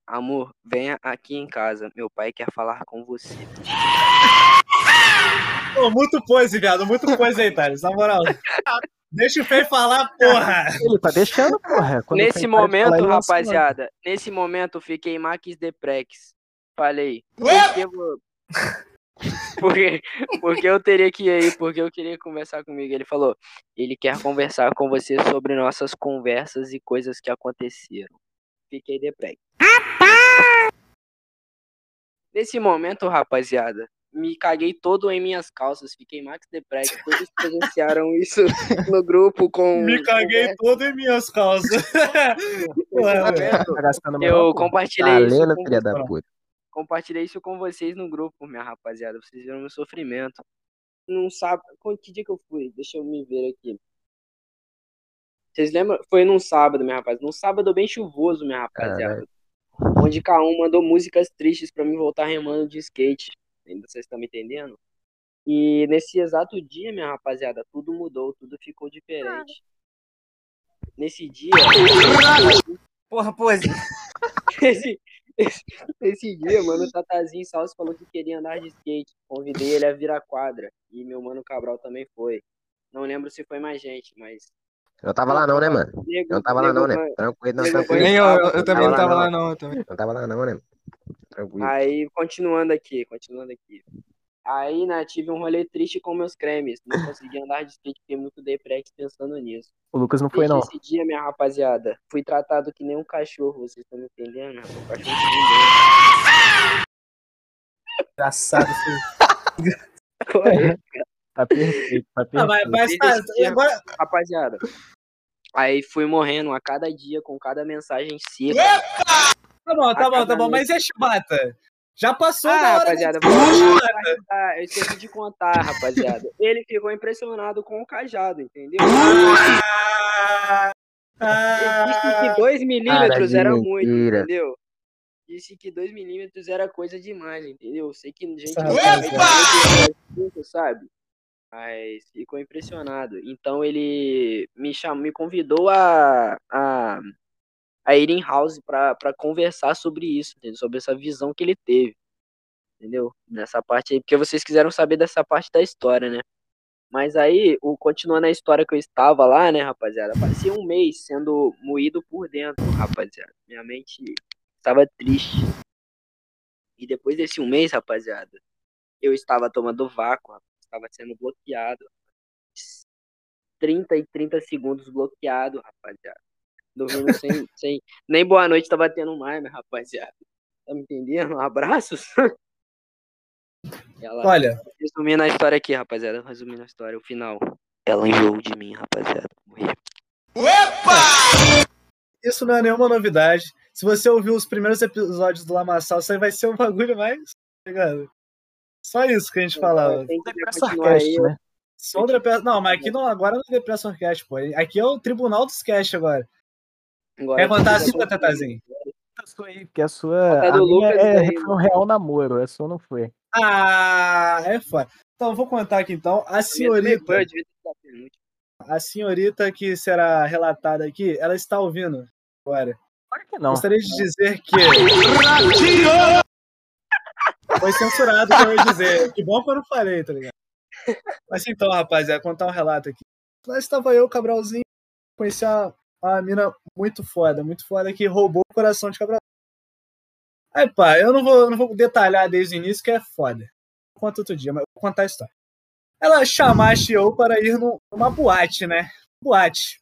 Speaker 5: Amor, venha aqui em casa. Meu pai quer falar com você.
Speaker 1: Pô, muito pose, viado. Muito pose aí, Thales. Na moral. Deixa o Fei falar, porra.
Speaker 2: Ele tá deixando, porra. Quando
Speaker 5: nesse
Speaker 2: o Fred vai falar, ele
Speaker 5: momento,
Speaker 2: tá não se
Speaker 5: rapaziada, nesse momento fiquei Max Deprex. Falei, por que vo- porque, porque eu teria que ir aí, porque eu queria conversar comigo. Ele falou, ele quer conversar com você sobre nossas conversas e coisas que aconteceram. Fiquei Deprex. Nesse momento, rapaziada, me caguei todo em minhas calças, fiquei Max Deprex, todos presenciaram isso no grupo com...
Speaker 1: Me caguei todo em minhas calças. Porra, velho.
Speaker 2: Tá gastando
Speaker 5: Eu
Speaker 2: moral, pô.
Speaker 5: compartilhei
Speaker 6: Tá
Speaker 5: isso
Speaker 6: lendo,
Speaker 5: com
Speaker 6: filha da puta?
Speaker 5: compartilhei isso com vocês no grupo, minha rapaziada. Vocês viram meu sofrimento. Não sabe. Quando- Que dia que eu fui? Deixa eu me ver aqui. Vocês lembram? Foi num sábado, minha rapaziada. Num sábado bem chuvoso, minha rapaziada. Onde K1 mandou músicas tristes pra mim voltar remando de skate. Ainda Vocês estão me entendendo? E nesse exato dia, minha rapaziada, tudo mudou, tudo ficou diferente. Nesse dia.
Speaker 9: Porra, pose.
Speaker 5: Esse, esse, esse dia, mano, o Tatazinho Salso falou que queria andar de skate. Convidei ele a vir à quadra. E meu mano Cabral também foi. Não lembro se foi mais gente, mas.
Speaker 6: Eu não tava lá não, né, mano?
Speaker 5: Nego,
Speaker 6: Eu não tava lá não, né?
Speaker 5: nego,
Speaker 6: Tranquilo, não,
Speaker 5: Nego
Speaker 6: tranquilo.
Speaker 5: foi-
Speaker 4: Nem eu, eu, eu também não
Speaker 6: Tava
Speaker 4: tava
Speaker 6: lá,
Speaker 4: lá não, eu também.
Speaker 6: Não tava lá não, né? Tranquilo.
Speaker 5: mano. Aí, continuando aqui, continuando aqui. Aí, né, tive um rolê triste com meus cremes. Não consegui andar de skate, fiquei muito deprex pensando nisso.
Speaker 2: O Lucas não foi,
Speaker 5: Desde
Speaker 2: não.
Speaker 5: esse dia, minha rapaziada, fui tratado que nem um cachorro, vocês estão me entendendo? Um cachorro de
Speaker 9: Engraçado, filho.
Speaker 5: ninguém.
Speaker 2: Tá perfeito, tá
Speaker 1: Ah, mas,
Speaker 2: perfeito.
Speaker 1: mas tá,
Speaker 5: Esse dia-
Speaker 1: agora,
Speaker 5: rapaziada. Aí fui morrendo a cada dia com cada mensagem seca.
Speaker 1: tá bom, tá bom, tá bom.
Speaker 5: Acabou.
Speaker 1: Mas e a chibata? Já passou da
Speaker 5: Ah,
Speaker 1: hora. né?
Speaker 5: rapaziada,
Speaker 1: da-
Speaker 5: vou te contar, eu esqueci de contar, rapaziada. Ele ficou impressionado com o cajado, entendeu? Ele disse
Speaker 1: Ah,
Speaker 5: que 2 milímetros
Speaker 6: de
Speaker 5: era muito,
Speaker 6: mentira.
Speaker 5: entendeu? Disse que 2 milímetros era coisa demais, entendeu? Eu sei que gente
Speaker 1: Sabe,
Speaker 5: não
Speaker 1: sabe.
Speaker 5: sabe, sabe, sabe, sabe? Mas ficou impressionado. Então ele me chamou, me convidou a, a, a ir em house pra, pra conversar sobre isso, entendeu? sobre essa visão que ele teve. Entendeu? Nessa parte aí, porque vocês quiseram saber dessa parte da história, né? Mas aí, o, continuando a história que eu estava lá, né, rapaziada? Passei um mês sendo moído por dentro, rapaziada. Minha mente estava triste. E depois desse um mês, rapaziada, eu estava tomando vácuo, rapaz. estava sendo bloqueado. 30 e 30 segundos bloqueado, rapaziada. Dormindo sem, sem. Nem boa noite tava tendo mais, né, rapaziada. Tá me entendendo? Abraços. Ela...
Speaker 1: Olha,
Speaker 5: Resumindo a história aqui, rapaziada. Resumindo a história, o final. Ela enjoou de mim, rapaziada. Morri.
Speaker 1: isso não é nenhuma novidade. Se você ouviu os primeiros episódios do Lamaçal, isso aí vai ser um bagulho mais. tá ligado? Só isso que a gente falava.
Speaker 5: Tem que
Speaker 2: Depressa
Speaker 5: continuar aí.
Speaker 2: Orquestra, né?
Speaker 1: Só depressa... Não, mas aqui não, agora não é Depressão Cast, pô. Aqui é o Tribunal dos Cast agora.
Speaker 5: Agora,
Speaker 1: Quer contar a
Speaker 5: tem que
Speaker 1: sua,
Speaker 5: continuar.
Speaker 1: Tatazinho?
Speaker 2: A sua aí, Porque a sua.
Speaker 5: Tá
Speaker 2: A
Speaker 5: do
Speaker 2: minha
Speaker 5: Lucas
Speaker 2: é,
Speaker 5: aí,
Speaker 2: foi um real namoro, a sua não foi.
Speaker 1: Ah, é foda. Então, eu vou contar aqui então. A senhorita.
Speaker 5: Eu devia ter dado a penúltima.
Speaker 1: A senhorita que será relatada aqui, ela está ouvindo agora.
Speaker 2: Claro que não.
Speaker 1: Gostaria de dizer que. Foi censurado o que eu ia dizer. Que bom que eu não falei, tá ligado? Mas então, rapaziada, contar um relato aqui. Lá estava eu, Cabralzinho, conheci uma, uma mina muito foda, muito foda, que roubou o coração de Cabralzinho. Aí, pá, eu não vou, não vou detalhar desde o início, que é foda. Conta outro dia, mas vou contar a história. Ela chamaste eu para ir num- numa boate, né? Boate.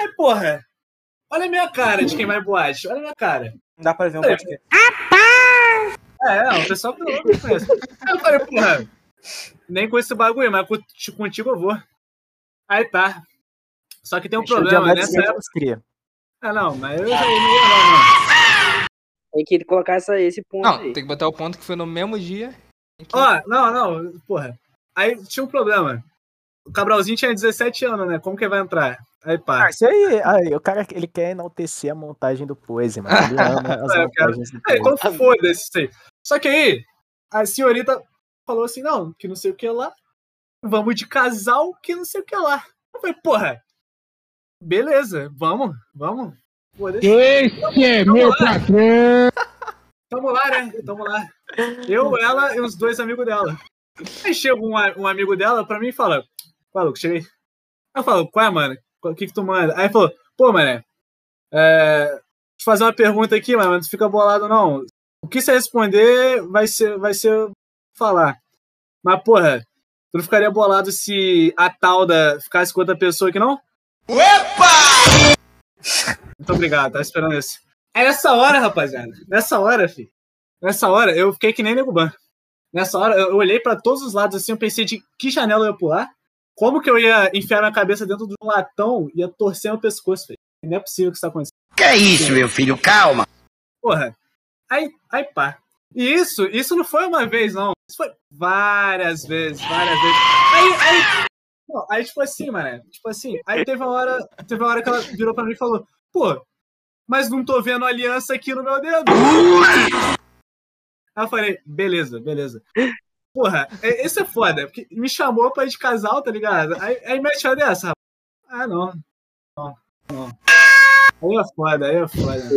Speaker 1: Aí, porra, olha a minha cara de quem vai em boate, olha a minha cara.
Speaker 9: Não dá pra ver um podcast.
Speaker 1: É, não, o pessoal que eu não conheço. Aí eu falei, porra, nem com esse bagulho, mas conti- contigo eu vou. Aí tá. Só que tem um
Speaker 2: Deixa eu
Speaker 1: problema,
Speaker 2: adiantar de
Speaker 1: nessa
Speaker 2: ser
Speaker 1: época.
Speaker 2: austríaco.
Speaker 1: Ah, não, mas eu já ia me levar,
Speaker 5: Tem que colocar essa, esse ponto
Speaker 4: Não,
Speaker 5: aí.
Speaker 4: tem que botar o ponto que foi no mesmo dia. em que-
Speaker 1: não. Ó, não, não, porra. Aí tinha um problema. O Cabralzinho tinha 17 anos, né? Como que vai entrar? Aí pá.
Speaker 2: Ah, isso aí, aí, o cara ele quer enaltecer a montagem do Poise, mano. Ele ama as
Speaker 1: É, eu quero-
Speaker 2: montagens do
Speaker 1: Aí,
Speaker 2: Poise.
Speaker 1: como foda-se isso aí. Só que aí, a senhorita falou assim, não, que não sei o que lá. Vamos de casal, que não sei o que lá. Eu falei, porra, beleza, vamos, vamos. Pô, deixa-
Speaker 10: Esse é meu patrão!
Speaker 1: Tamo lá, né? Tamo lá. Eu, ela e os dois amigos dela. Aí chega um, a- um amigo dela pra mim e fala: Fala, Lucas, cheguei. Aí eu falo: Qual é, mano? O que que tu manda? Aí falou: Pô, mané, é, deixa eu fazer uma pergunta aqui, mano, mas não fica bolado não. O que você responder vai ser, vai ser falar. Mas, porra, tu não ficaria bolado se a Talda ficasse com outra pessoa aqui, não? Opa! Muito obrigado, tava esperando isso. É nessa hora, rapaziada. Nessa hora, filho. Nessa hora, eu fiquei que nem Nego Ban. Nessa hora, eu eu olhei pra todos os lados assim, eu pensei de que janela eu ia pular, como que eu ia enfiar minha cabeça dentro de um latão e ia torcer meu pescoço, filho. Não é possível que isso tá acontecendo. Que isso, meu filho? Calma. Porra. Aí, aí pá. E isso, isso não foi uma vez, não. Isso foi várias vezes, várias vezes. Aí, aí... Não, aí tipo assim, mano. Tipo assim, aí teve uma hora, teve uma hora que ela virou pra mim e falou, pô, mas não tô vendo aliança aqui no meu dedo. Aí eu falei, beleza, beleza. Porra, é- esse é foda, porque me chamou pra ir de casal, tá ligado? Aí, aí mete uma dessa, rapaz. Ah, não. Não, não. Aí é foda, aí é foda.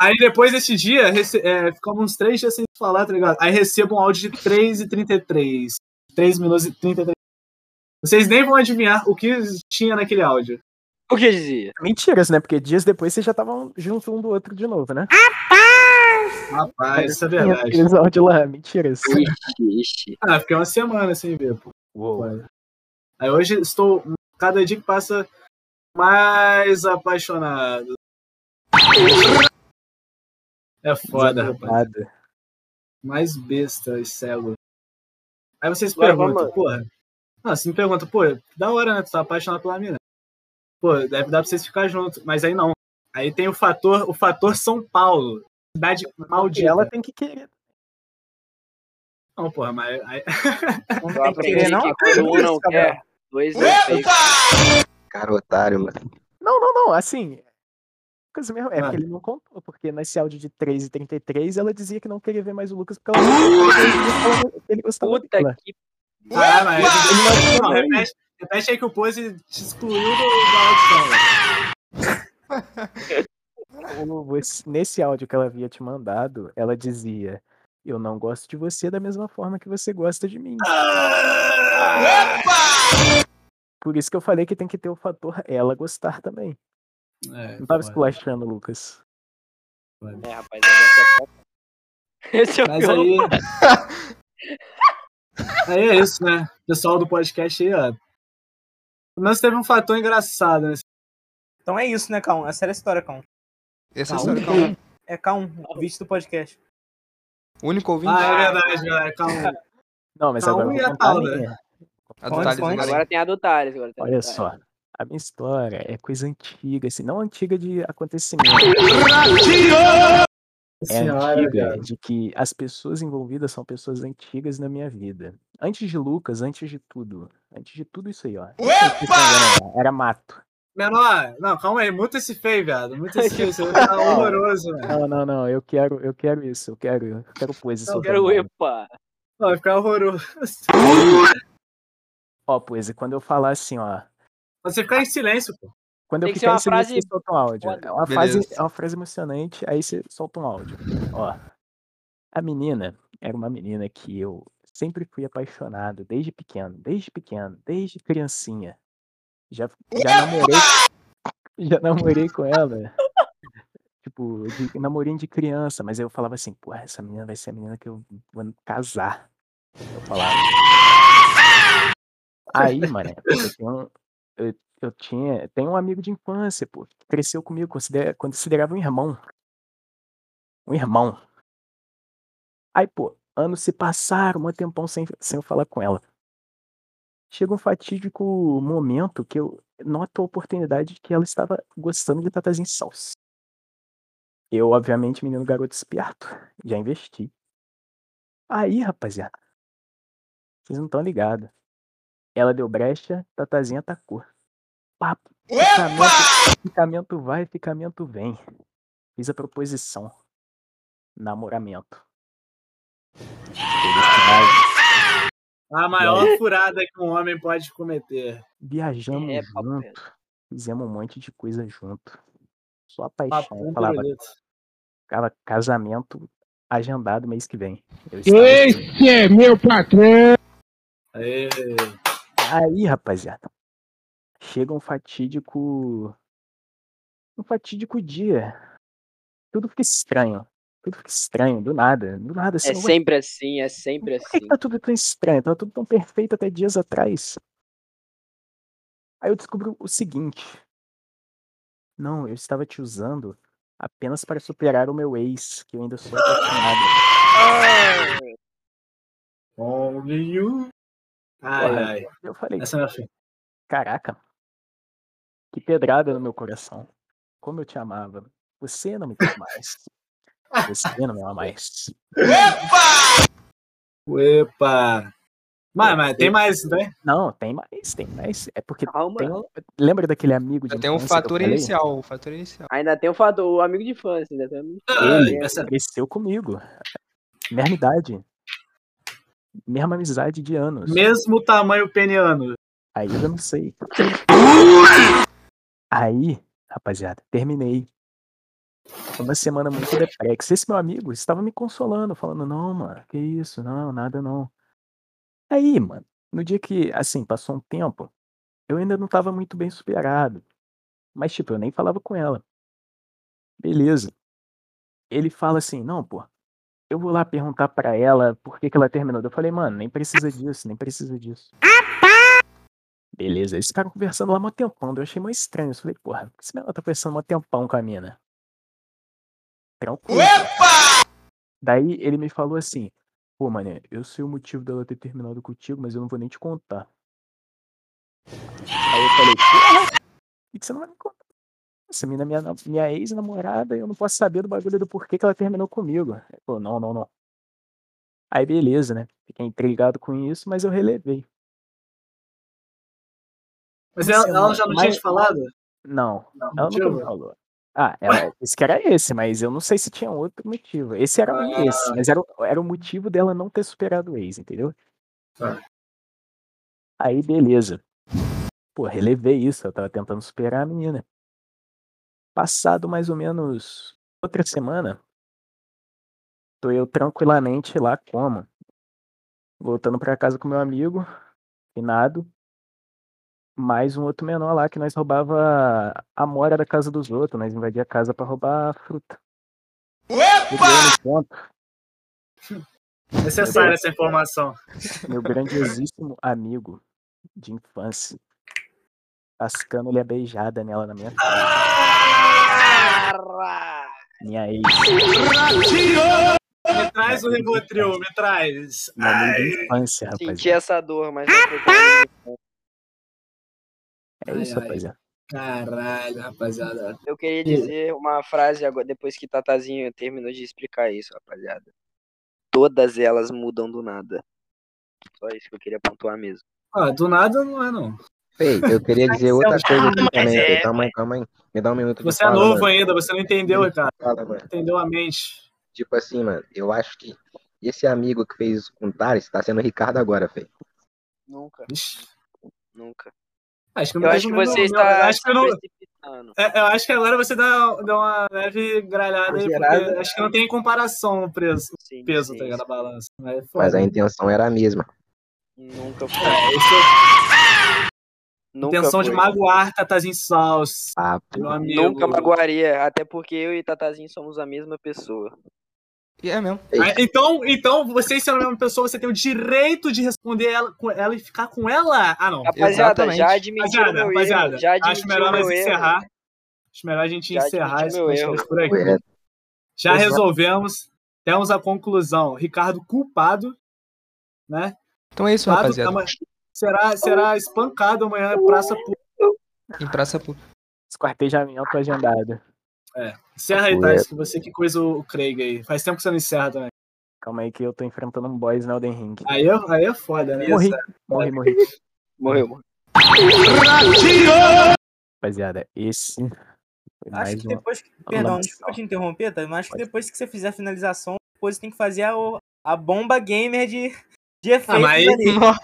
Speaker 1: Aí depois desse dia, rece- é, ficamos uns três dias sem se falar, tá ligado? Aí recebo um áudio de 3h33. 3 minutos e 33. Vocês nem vão adivinhar o que tinha naquele áudio.
Speaker 5: O que dizia?
Speaker 2: Mentiras, né? Porque dias depois vocês já estavam junto um do outro de novo, né?
Speaker 1: Rapaz, isso é verdade.
Speaker 2: Aqueles áudios lá, mentiras.
Speaker 5: Ixi, ixi.
Speaker 1: Ah, fiquei uma semana sem ver, pô. Aí hoje estou, cada dia que passa, mais apaixonado. É foda, rapaz.
Speaker 2: Nada.
Speaker 1: Mais besta e cego. Aí vocês
Speaker 5: Agora
Speaker 1: perguntam,
Speaker 5: vamos-
Speaker 1: porra. Não, você me pergunta, pô, da hora, né? Tu tá apaixonado pela mina. Pô, deve dar pra vocês ficar juntos. Mas aí não. Aí tem o fator, o fator São Paulo. Cidade
Speaker 2: E
Speaker 1: maldita.
Speaker 2: ela tem que querer.
Speaker 1: Não, porra, mas aí, Ah,
Speaker 9: Não
Speaker 5: Eu
Speaker 9: tem que
Speaker 5: aprendi
Speaker 9: querer, não?
Speaker 5: que quando um não quer, dois não tem.
Speaker 6: Cara, otário, mano.
Speaker 2: Não, não, não. Assim. Lucas mesmo. É
Speaker 1: Ah.
Speaker 2: porque ele não contou. Porque nesse áudio de 3 e 33 ela dizia que não queria ver mais o Lucas porque ela não ele gostava
Speaker 5: Puta
Speaker 2: dela.
Speaker 5: que
Speaker 1: Ah, mas
Speaker 2: Ele
Speaker 1: Não,
Speaker 2: não adicionou
Speaker 1: repete, repete aí que o Pose te excluiu do, da audição.
Speaker 2: Ou você- Então, Nesse áudio que ela havia te mandado, ela dizia: Eu não gosto de você da mesma forma que você gosta de mim. Por isso que eu falei que tem que ter o fator ela gostar também.
Speaker 1: É,
Speaker 2: Não tava esculachando, Lucas.
Speaker 5: É, rapaz, agora você é Esse é o
Speaker 1: Mas
Speaker 5: pior.
Speaker 1: aí. aí é isso, né? Pessoal do podcast aí, ó. Pelo menos teve um fator engraçado né? nesse.
Speaker 9: Então é isso, né, Cão? Essa era a história, Cão.
Speaker 4: Essa é a
Speaker 9: Calma.
Speaker 4: história, calma.
Speaker 9: É Cão, ouvinte do podcast.
Speaker 4: O único ouvinte.
Speaker 1: Ah, é verdade, galera. Calma.
Speaker 2: Não, mas
Speaker 1: Tá
Speaker 2: agora eu
Speaker 1: um
Speaker 2: vou
Speaker 1: e a
Speaker 2: contar a
Speaker 1: tal, né?
Speaker 2: minha.
Speaker 4: a
Speaker 9: Fontes,
Speaker 4: do Thales,
Speaker 9: fontes.
Speaker 4: agora.
Speaker 5: Agora tem a do Thales. Agora tem a do
Speaker 2: Olha
Speaker 5: Thales.
Speaker 2: só. A minha história é coisa antiga, assim, não antiga de acontecimento. É antiga,
Speaker 1: cara.
Speaker 2: de que as pessoas envolvidas são pessoas antigas na minha vida. Antes de Lucas, antes de tudo. Antes de tudo isso aí, ó. Era mato.
Speaker 1: Menor, não, calma aí. Muta esse feio, viado. Muta esse feio. Você tá horroroso, velho.
Speaker 2: Não, não, não. Eu quero, eu quero isso. Eu quero, eu quero poesia.
Speaker 1: Eu
Speaker 5: Eu quero epa.
Speaker 1: Não, Vai ficar horroroso.
Speaker 2: Ó, poesia, quando eu falar assim, ó.
Speaker 1: Você ficar em silêncio, pô.
Speaker 2: Quando
Speaker 5: Tem
Speaker 2: eu
Speaker 5: que ser
Speaker 2: ficar
Speaker 5: uma
Speaker 2: em silêncio,
Speaker 5: frase
Speaker 2: você solta um áudio.
Speaker 5: foda.
Speaker 2: É uma, frase,
Speaker 4: Beleza.
Speaker 2: é uma frase emocionante, aí você solta um áudio. Ó. A menina era uma menina que eu sempre fui apaixonado, desde pequeno, desde pequeno, desde criancinha. Já, já namorei. Já namorei com ela. Tipo, de, namorinho de criança, mas eu falava assim, porra, essa menina vai ser a menina que eu vou casar. Eu falava. Aí, mano, eu tenho um- eu, eu tinha. Tem um amigo de infância, pô, que cresceu comigo, considera, considerava um irmão. Um irmão. Aí, pô, anos se passaram, um tempão sem, sem eu falar com ela. Chega um fatídico momento que eu noto a oportunidade de que ela estava gostando de tatazinho salsa. Eu, obviamente, menino garoto espiato, já investi. Aí, rapaziada, vocês não estão ligados. Ela deu brecha, Tatazinha atacou. Papo. Ficamento, ficamento vai, ficamento vem. Fiz a proposição. Namoramento.
Speaker 1: A maior furada que um homem pode cometer.
Speaker 2: Viajamos
Speaker 5: É, papo
Speaker 2: junto,
Speaker 5: reto.
Speaker 2: fizemos um monte de coisa junto. Só
Speaker 1: Papo
Speaker 2: paixão.
Speaker 1: um
Speaker 2: Falava,
Speaker 1: pirulito.
Speaker 2: cara, casamento agendado mês que vem. Eu estava-
Speaker 10: Esse é meu patrão.
Speaker 1: Aê.
Speaker 2: Aí, rapaziada, chega um fatídico. Um fatídico dia. Tudo fica estranho. Tudo fica estranho, do nada. Do nada, assim.
Speaker 5: É
Speaker 2: ué,
Speaker 5: sempre assim, é sempre
Speaker 2: Por que,
Speaker 5: assim.
Speaker 2: que tá tudo tão estranho? Tava tudo tão perfeito até dias atrás. Aí eu descubro o seguinte. Não, eu estava te usando apenas para superar o meu ex, que eu ainda sou apaixonado.
Speaker 1: Only you. Ai, ai.
Speaker 2: Eu falei,
Speaker 1: Essa é a minha filha.
Speaker 2: Caraca, que pedrada no meu coração. Como eu te amava. Você não me quer mais. Você não me ama mais.
Speaker 1: Epa. Mas, mas tem mais, né?
Speaker 2: Não, tem mais, tem mais. É porque
Speaker 5: Calma.
Speaker 2: tem um. Lembra daquele amigo de.
Speaker 4: Já tem um
Speaker 2: infância que eu
Speaker 4: fator
Speaker 2: falei?
Speaker 4: inicial, o fator inicial.
Speaker 5: Ainda tem o fator, o amigo de infância, ainda tem o amigo de
Speaker 2: Ele
Speaker 1: essa-
Speaker 5: infância.
Speaker 1: é
Speaker 2: cresceu comigo. Mesma idade. Mesma amizade de anos.
Speaker 1: Mesmo tamanho peniano.
Speaker 2: Aí eu já não sei. Aí, rapaziada, terminei. Foi uma semana muito deprex. Esse meu amigo estava me consolando, falando, não, mano, que isso, não, nada não. Aí, mano, no dia que, assim, passou um tempo, eu ainda não estava muito bem superado. Mas, tipo, eu nem falava com ela. Beleza. Ele fala assim, não, pô, eu vou lá perguntar pra ela por que que ela terminou. Eu falei, mano, nem precisa disso, nem precisa disso. Beleza, eles ficaram conversando lá mó tempão, daí eu achei mó estranho. Eu falei, porra, por que esse menor tá conversando mó tempão com a mina? Tranquilo. Daí ele me falou assim, pô, mané, eu sei o motivo dela ter terminado contigo, mas eu não vou nem te contar. Aí eu falei, porra, por que que você não vai me contar? Essa mina é minha, na- minha ex-namorada, eu não posso saber do bagulho do porquê que ela terminou comigo. Ele falou, não, não, não. Aí beleza, né? Fiquei intrigado com isso, mas eu relevei.
Speaker 1: Mas ela, ela já não tinha te falado?
Speaker 2: Não,
Speaker 1: Não,
Speaker 2: Ela nunca me
Speaker 1: motivo?
Speaker 2: falou. Ah, ela disse que era esse, mas eu não sei se tinha outro motivo. Esse era um
Speaker 1: Ah.
Speaker 2: esse, mas era, o- era o motivo dela não ter superado o ex, entendeu?
Speaker 1: Tá.
Speaker 2: Aí, beleza. Pô, relevei isso, eu tava tentando superar a menina. Passado mais ou menos outra semana, tô eu tranquilamente lá como? Voltando pra casa com meu amigo, finado mais um outro menor lá que nós roubava a mora da casa dos outros, nós invadia a casa pra roubar a fruta. Opa! Meu,
Speaker 1: Necessária é essa informação.
Speaker 2: meu grandiosíssimo amigo de infância. Tascando ele a beijada nela na minha cara. Minha ex,
Speaker 1: Me traz o Rivotril, me traz. Ah,
Speaker 2: meu amigo de infância,
Speaker 5: Senti
Speaker 2: rapaziada.
Speaker 5: essa dor, mas não foi pra mim.
Speaker 2: É isso,
Speaker 1: Ai, ai.
Speaker 2: rapaziada.
Speaker 1: Caralho, rapaziada.
Speaker 5: Eu queria dizer uma frase agora, depois que Tatazinho terminou de explicar isso, rapaziada. Todas elas mudam do nada. Só isso que eu queria pontuar mesmo.
Speaker 1: Ah, do nada não é, não.
Speaker 6: Fei, eu queria
Speaker 1: é
Speaker 6: dizer
Speaker 1: um
Speaker 6: outra coisa aqui também. Fei. Calma aí, calma aí. Me dá um minuto.
Speaker 1: Você é novo ainda, você não entendeu,
Speaker 6: um
Speaker 1: Ricardo.
Speaker 6: Fala, mano.
Speaker 1: Entendeu a mente.
Speaker 6: Tipo assim, mano, eu acho que esse amigo que fez isso com o Thales tá sendo o Ricardo agora, Fei.
Speaker 5: Nunca,
Speaker 1: Ixi,
Speaker 5: nunca.
Speaker 1: Acho que
Speaker 5: Eu
Speaker 1: não
Speaker 5: acho que
Speaker 1: tem como-
Speaker 5: você tá
Speaker 1: não, eu
Speaker 5: está
Speaker 1: acho que eu não-
Speaker 5: se precipitando.
Speaker 1: é, eu acho que agora você dá, dá uma leve gralhada aí, porque
Speaker 8: Gerada.
Speaker 1: acho que não tem comparação o preço,
Speaker 5: Sim,
Speaker 1: o peso,
Speaker 5: sim,
Speaker 1: tá ligado? A
Speaker 5: sim.
Speaker 1: balança. Mas, foda.
Speaker 6: Mas a intenção era a mesma.
Speaker 5: Nunca
Speaker 1: É,
Speaker 5: foi.
Speaker 1: isso
Speaker 5: Nunca
Speaker 1: Intenção
Speaker 5: foi.
Speaker 1: de magoar Tatazinho Salsa,
Speaker 6: Ah, pô.
Speaker 1: meu amigo.
Speaker 5: Nunca magoaria, até porque eu e Tatazinho somos a mesma pessoa.
Speaker 4: E é mesmo.
Speaker 1: Ah, Então, então, você sendo a mesma pessoa, você tem o direito de responder ela, com ela e ficar com ela? Ah, não.
Speaker 5: Rapaziada,
Speaker 4: Exatamente.
Speaker 5: já admiti o
Speaker 1: Rapaziada,
Speaker 5: meu
Speaker 1: rapaziada,
Speaker 5: erro. Já
Speaker 1: acho
Speaker 5: admiti
Speaker 1: melhor
Speaker 5: o
Speaker 1: nós
Speaker 5: meu erro.
Speaker 1: encerrar. Acho melhor a gente
Speaker 5: Já
Speaker 1: encerrar
Speaker 5: admiti
Speaker 1: esse
Speaker 5: meu
Speaker 1: podcast por aqui.
Speaker 6: É,
Speaker 1: Já
Speaker 6: Exato.
Speaker 1: resolvemos, temos a conclusão. Ricardo culpado, né?
Speaker 4: Então é isso,
Speaker 1: Culpado,
Speaker 4: rapaziada.
Speaker 1: ama- será, será espancado amanhã em praça pública.
Speaker 4: Em praça pública.
Speaker 2: Esquartejamento agendado.
Speaker 1: Encerra aí,
Speaker 6: Ué.
Speaker 1: Thales, que você que coisa o Craig aí. Faz tempo que você não encerra também.
Speaker 2: Calma aí que eu tô enfrentando um boys na Elden Ring.
Speaker 1: Aí é, aí é foda, né?
Speaker 2: Morri, morri, morri.
Speaker 5: Morreu, morreu.
Speaker 2: Rapaziada, esse foi
Speaker 9: Acho
Speaker 2: mais
Speaker 9: que
Speaker 2: um.
Speaker 9: depois que.
Speaker 2: uma
Speaker 9: Perdão,
Speaker 2: lambança.
Speaker 9: desculpa te interromper, tá? mas acho que
Speaker 2: Pode.
Speaker 9: depois que você fizer a finalização, depois tem que fazer a, A bomba gamer de, de efeitos
Speaker 1: Ah, mas-
Speaker 9: ali.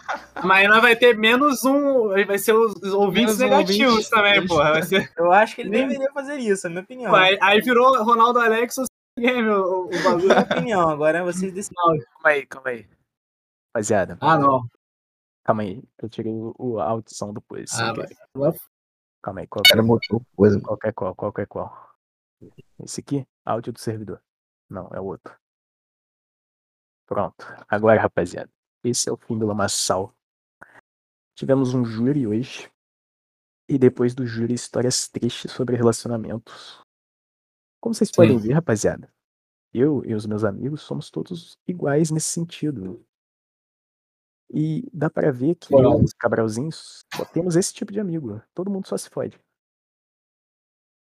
Speaker 1: Mas nós vai ter menos um. Vai ser os os ouvintes
Speaker 4: Menos um
Speaker 1: negativos
Speaker 4: ouvinte.
Speaker 1: também, porra. Vai ser,
Speaker 9: Eu acho que ele
Speaker 1: Nem-
Speaker 9: deveria fazer isso, é minha opinião.
Speaker 1: pô, aí, aí virou Ronaldo Alex ou game o, o bagulho.
Speaker 9: Minha É opinião, agora vocês decidem.
Speaker 2: Calma aí, calma aí. Rapaziada,
Speaker 1: Ah, não.
Speaker 2: calma aí. Eu tirei o, o- a audição do pois.
Speaker 1: Ah,
Speaker 2: ok.
Speaker 1: mas-
Speaker 2: Calma aí, é
Speaker 6: O
Speaker 2: qualquer,
Speaker 6: cara botou coisa.
Speaker 2: qualquer qual, qualquer qual. Esse aqui, áudio do servidor. Não, é o outro. Pronto. Agora, rapaziada, esse é o fim do Lamaçal. Tivemos um júri hoje. E depois do júri, histórias tristes sobre relacionamentos. Como vocês podem ver, rapaziada, eu e os meus amigos somos todos iguais nesse sentido. E dá pra ver que
Speaker 1: Moral.
Speaker 2: eu, os cabralzinhos só temos esse tipo de amigo. Todo mundo só se fode.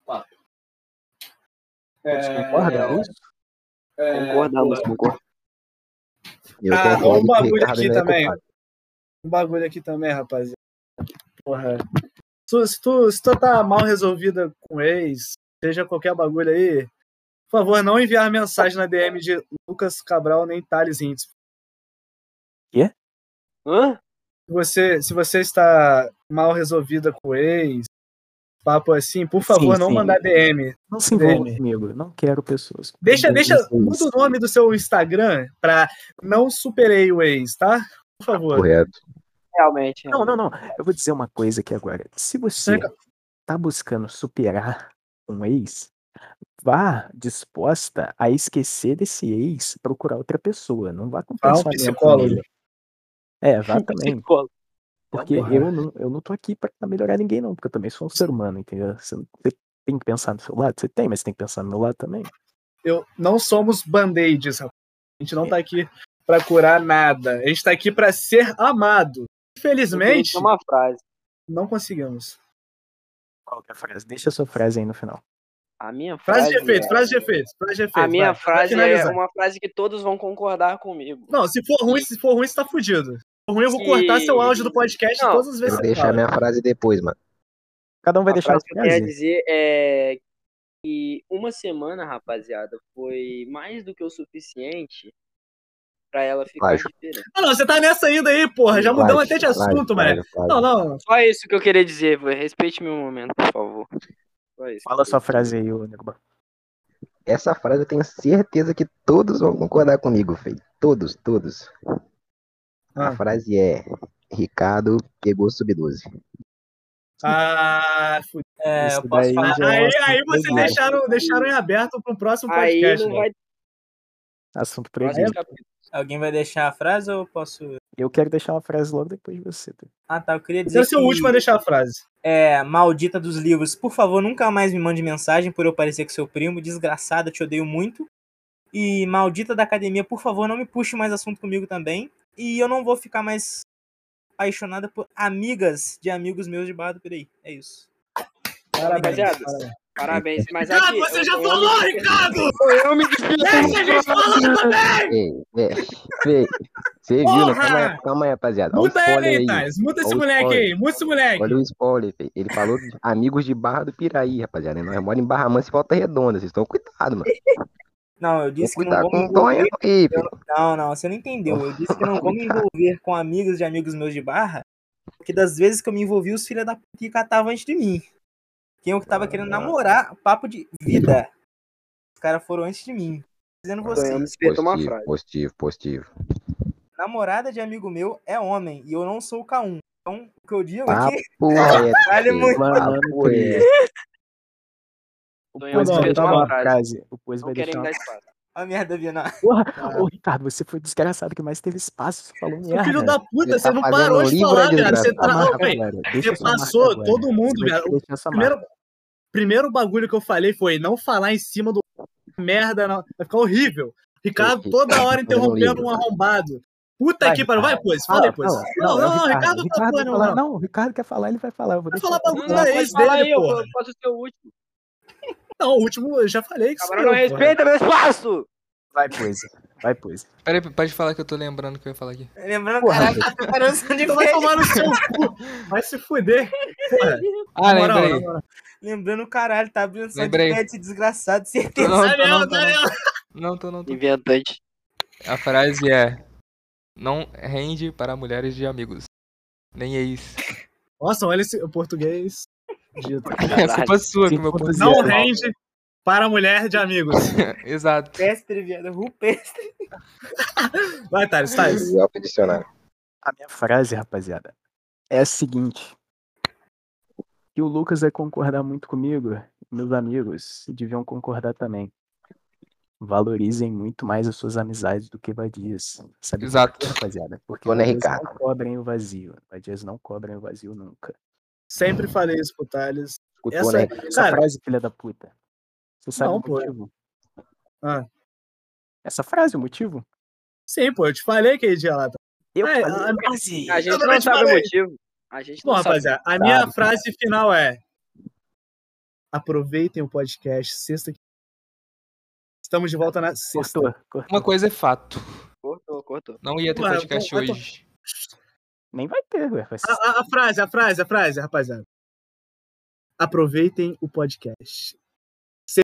Speaker 1: Fato. É,
Speaker 9: É,
Speaker 2: Todos concordam? com isso?
Speaker 5: É, Concordamos, concordamos.
Speaker 6: Eu
Speaker 1: Ah,
Speaker 6: concordo
Speaker 1: um
Speaker 6: que o
Speaker 1: bagulho
Speaker 6: Ricardo
Speaker 1: aqui
Speaker 6: não é
Speaker 1: também.
Speaker 6: culpado.
Speaker 1: um bagulho aqui também, rapaziada. Porra. Tu- se, tu, se tu tá mal resolvida com ex, seja qualquer bagulho aí, por favor, não enviar mensagem na DM de Lucas Cabral nem Thales Hintes.
Speaker 5: Hã?
Speaker 1: Se você, se você está mal resolvida com ex, papo assim, por favor,
Speaker 2: Sim,
Speaker 1: não
Speaker 2: sim.
Speaker 1: mandar DM.
Speaker 2: Não se envolvam
Speaker 1: Dele.
Speaker 2: comigo. Não quero pessoas. com
Speaker 1: Deixa, deixa,
Speaker 2: desejos.
Speaker 1: muda o nome do seu Instagram pra não superei o ex, tá? Por favor.
Speaker 6: Correto.
Speaker 5: Realmente.
Speaker 1: então.
Speaker 2: Não, não, não. Eu vou dizer uma coisa aqui agora. Se você
Speaker 1: Cerca-
Speaker 2: tá buscando superar um ex, vá disposta a esquecer desse ex, procurar outra pessoa. Não vá com
Speaker 1: Vá um
Speaker 2: pensamento
Speaker 1: psicólogo.
Speaker 2: nele. É, vá também.
Speaker 5: Psicólogo.
Speaker 2: Porque eu não, eu não tô aqui pra melhorar ninguém, não. Porque eu também sou um ser humano, entendeu? Você, não- você tem que pensar no seu lado? Você tem, mas você tem que pensar no meu lado também.
Speaker 1: Eu, não somos band-aids, rapaz. A gente não tá aqui pra curar nada. A gente tá aqui pra ser amado. Infelizmente,
Speaker 5: É uma frase.
Speaker 1: não conseguimos.
Speaker 2: Qual que é a frase? Deixa a sua frase aí no final.
Speaker 5: A minha frase.
Speaker 1: Frase de efeito,
Speaker 5: é-
Speaker 1: frase de efeito, frase de efeito.
Speaker 5: A minha
Speaker 1: vai. Pra
Speaker 5: frase é
Speaker 1: finalizar.
Speaker 5: uma frase que todos vão concordar comigo.
Speaker 1: Não, se for ruim, se for ruim, você tá fudido. Se for ruim, eu vou
Speaker 5: Que-
Speaker 1: cortar seu áudio do podcast
Speaker 5: Não.
Speaker 1: todas as
Speaker 6: Eu
Speaker 1: vezes
Speaker 6: vou
Speaker 1: que você fala.
Speaker 6: deixar minha frase depois, mano.
Speaker 2: Cada um vai
Speaker 5: a
Speaker 2: deixar a
Speaker 5: frase que eu queria
Speaker 2: frase.
Speaker 5: dizer é que uma semana, rapaziada, foi mais do que o suficiente pra ela ficar
Speaker 6: Acho.
Speaker 5: diferente.
Speaker 1: Ah, não, você tá nessa ainda aí, porra. Já mudamos até de assunto, mano. Não, não.
Speaker 5: Só isso que eu queria dizer, vô. respeite meu momento, por favor. Só isso.
Speaker 2: Fala a sua frase aí, ô Nego. Ban.
Speaker 6: Essa frase eu tenho certeza que todos vão concordar comigo, feio. Todos, todos.
Speaker 1: Ah.
Speaker 6: A frase é: Ricardo pegou sub-12.
Speaker 1: Ah, fudido.
Speaker 9: É,
Speaker 2: Isso
Speaker 9: eu posso
Speaker 2: daí
Speaker 9: falar.
Speaker 2: já é um
Speaker 1: Aí,
Speaker 2: assunto
Speaker 1: aí vocês
Speaker 2: pesado.
Speaker 1: deixaram, deixaram em aberto pro próximo
Speaker 5: Aí
Speaker 1: podcast. né?
Speaker 5: não
Speaker 1: mano.
Speaker 5: vai ter
Speaker 2: Assunto
Speaker 5: próximo
Speaker 2: proibido.
Speaker 5: capítulo.
Speaker 9: Alguém vai deixar a frase ou eu posso.
Speaker 2: Eu quero deixar uma frase logo depois de você. tá?
Speaker 9: Ah, tá. Eu queria
Speaker 1: Você
Speaker 9: dizer.
Speaker 1: é o seu
Speaker 9: que-
Speaker 1: último a deixar a frase.
Speaker 9: É, maldita dos livros, por favor, nunca mais me mande mensagem por eu parecer com seu primo. Desgraçada, te odeio muito. E maldita da academia, por favor, não me puxe mais assunto comigo também. E eu não vou ficar mais apaixonada por amigas de amigos meus de bardo por aí. É isso.
Speaker 1: Parabéns.
Speaker 5: Rapaziada,
Speaker 1: parabéns.
Speaker 5: Parabéns, mas
Speaker 1: Ricardo,
Speaker 5: aqui.
Speaker 1: você
Speaker 5: eu-
Speaker 1: já
Speaker 5: eu-
Speaker 1: falou, Ricardo!
Speaker 5: Eu me despido.
Speaker 1: Deixa a gente falar também!
Speaker 6: Ei, é, feio. Você viu? não? Calma aí, calma aí, rapaziada. Olha o
Speaker 1: Muda ele
Speaker 6: spoiler
Speaker 1: aí,
Speaker 6: aí.
Speaker 1: Thales. Muda esse
Speaker 6: Olha o
Speaker 1: moleque
Speaker 6: spoiler.
Speaker 1: aí. Muda esse moleque.
Speaker 6: Olha o spoiler, feio. Ele falou de amigos de Barra do Piraí, rapaziada. Nós moramos em Barra Mansa e Volta Redonda. Vocês estão cuidado, mano.
Speaker 9: Não, eu
Speaker 6: Vão
Speaker 9: disse que não
Speaker 6: cuidar
Speaker 9: vou
Speaker 6: com
Speaker 9: me
Speaker 6: o Tonho
Speaker 9: envolver.
Speaker 6: aí, feio.
Speaker 9: Não, não, você não entendeu. Eu disse que eu não vou me envolver com amigos de amigos meus de barra, porque das vezes que eu me envolvi, os filha da puta que catavam antes de mim. Quem eu que tava querendo namorar, papo de vida. Os caras foram antes de mim. Dizendo
Speaker 5: Eu me
Speaker 9: você,
Speaker 5: despido uma
Speaker 6: Positivo,
Speaker 5: frase.
Speaker 6: positivo, positivo.
Speaker 9: namorada de amigo meu é homem, e eu não sou o K1. Então, o que eu digo
Speaker 6: Tá.
Speaker 9: é que
Speaker 6: Papo reto.
Speaker 9: Vale
Speaker 6: feio,
Speaker 9: muito.
Speaker 6: Papo reto.
Speaker 2: O
Speaker 5: Tô em
Speaker 2: Pois
Speaker 1: uma
Speaker 2: vai deixar
Speaker 1: frase.
Speaker 2: uma frase. O Pois
Speaker 5: Não
Speaker 2: vai
Speaker 5: querem
Speaker 2: deixar
Speaker 5: me dar
Speaker 2: uma
Speaker 5: espaço.
Speaker 9: a merda, Viana.
Speaker 2: Porra, ô Ricardo, você foi o desgraçado que mais teve espaço, você falou
Speaker 1: Seu
Speaker 2: merda.
Speaker 1: filho da puta,
Speaker 6: Você
Speaker 1: você
Speaker 6: tá
Speaker 1: não
Speaker 6: fazendo
Speaker 1: parou
Speaker 6: um
Speaker 1: de
Speaker 6: livro,
Speaker 1: falar,
Speaker 6: é
Speaker 1: cara. Você,
Speaker 6: desgraça.
Speaker 1: tra...
Speaker 2: Tá
Speaker 1: Ô,
Speaker 2: marca
Speaker 1: véi,
Speaker 2: agora, deixa
Speaker 1: você
Speaker 2: sua marca
Speaker 1: passou
Speaker 2: agora.
Speaker 1: todo mundo,
Speaker 2: Você vai
Speaker 1: velho.
Speaker 2: ter que
Speaker 1: O
Speaker 2: deixar sua marca.
Speaker 1: primeiro, primeiro bagulho que eu falei foi não falar em cima do merda, não. Vai ficar horrível. Ricardo toda hora interrompendo um arrombado. Puta
Speaker 2: Vai,
Speaker 1: que pariu. Vai,
Speaker 2: Ricardo.
Speaker 1: pois. Fala aí, pois.
Speaker 2: Fala,
Speaker 1: Não,
Speaker 2: é o
Speaker 1: não, não, Ricardo tá
Speaker 2: vai
Speaker 1: porra, não,
Speaker 2: falar.
Speaker 1: não.
Speaker 2: o Ricardo quer falar, ele vai falar. Eu vou
Speaker 1: Vai
Speaker 2: deixar
Speaker 1: falar
Speaker 2: pra
Speaker 5: Não,
Speaker 1: bagulho
Speaker 2: lá.
Speaker 1: da
Speaker 5: mas
Speaker 1: ex
Speaker 5: fala aí,
Speaker 1: é dele,
Speaker 5: eu
Speaker 1: porra.
Speaker 5: eu posso ser o último.
Speaker 1: Não, o último eu já falei que
Speaker 5: Cabral não
Speaker 1: saiu, porra.
Speaker 5: respeita meu espaço!
Speaker 2: Vai, pois. Vai, pois.
Speaker 4: Pera aí, pode falar que eu tô lembrando o que eu ia falar aqui.
Speaker 9: Lembrando, tá
Speaker 2: Porra.
Speaker 9: caraca, parando de
Speaker 1: Então vai tomar no seu cu. Vai se fuder. Porra.
Speaker 4: Ah,
Speaker 1: Na moral,
Speaker 4: lembrei.
Speaker 1: na moral.
Speaker 9: Lembrando, caralho, tá abrindo só de
Speaker 4: Lembrei.
Speaker 9: pé, esse desgraçado, certeza.
Speaker 4: Não, tô, não, tô,
Speaker 1: Daniel, Daniel.
Speaker 4: não. Não, tô, não, tô.
Speaker 5: Inventante.
Speaker 4: A frase é: Não rende para mulheres de amigos. Nem é ex.
Speaker 1: Nossa, olha esse português. Dito.
Speaker 4: Essa É culpa sua que meu é português.
Speaker 1: Não rende para mulher de amigos.
Speaker 4: Exato.
Speaker 9: Pestre, viado. Rupestre.
Speaker 1: Vai, Thales, Thales.
Speaker 6: Melhor pro dicionário.
Speaker 2: A minha frase, rapaziada, é a seguinte. E o Lucas vai concordar muito comigo, meus amigos deviam concordar também. Valorizem muito mais as suas amizades do que vadias. Sabe por
Speaker 4: Exato.
Speaker 2: quê, rapaziada? Porque
Speaker 6: Dona
Speaker 2: vadias
Speaker 6: É, Ricardo.
Speaker 2: não cobrem o vazio. Vadias não cobrem o vazio nunca.
Speaker 1: Sempre falei isso pro Thales.
Speaker 6: Escutou,
Speaker 1: Essa,
Speaker 6: né?
Speaker 2: Essa
Speaker 1: cara,
Speaker 2: frase, filha da puta. Você sabe
Speaker 1: Não,
Speaker 2: o
Speaker 1: pô.
Speaker 2: motivo?
Speaker 1: Ah.
Speaker 2: Essa frase, o motivo?
Speaker 1: sim, pô, eu te falei que dia lá. tá?
Speaker 2: Eu
Speaker 1: Ah,
Speaker 2: falei
Speaker 1: ah,
Speaker 2: frase.
Speaker 5: A gente
Speaker 1: Eu
Speaker 5: não
Speaker 1: também
Speaker 5: sabe o
Speaker 1: falei.
Speaker 5: motivo. A gente
Speaker 1: Bom,
Speaker 5: não sabe.
Speaker 1: rapaziada, a minha
Speaker 2: Sabe,
Speaker 1: frase final é: aproveitem o podcast sexta que Estamos de volta na sexta.
Speaker 2: Cortou, cortou.
Speaker 4: Uma coisa é fato.
Speaker 5: Cortou, cortou.
Speaker 4: Não ia ter
Speaker 1: Ué,
Speaker 4: podcast
Speaker 1: vai- vai-
Speaker 4: hoje.
Speaker 2: Nem vai ter, ué. Vai ser-
Speaker 1: A, a- a frase, a frase, a frase, rapaziada. Aproveitem o podcast.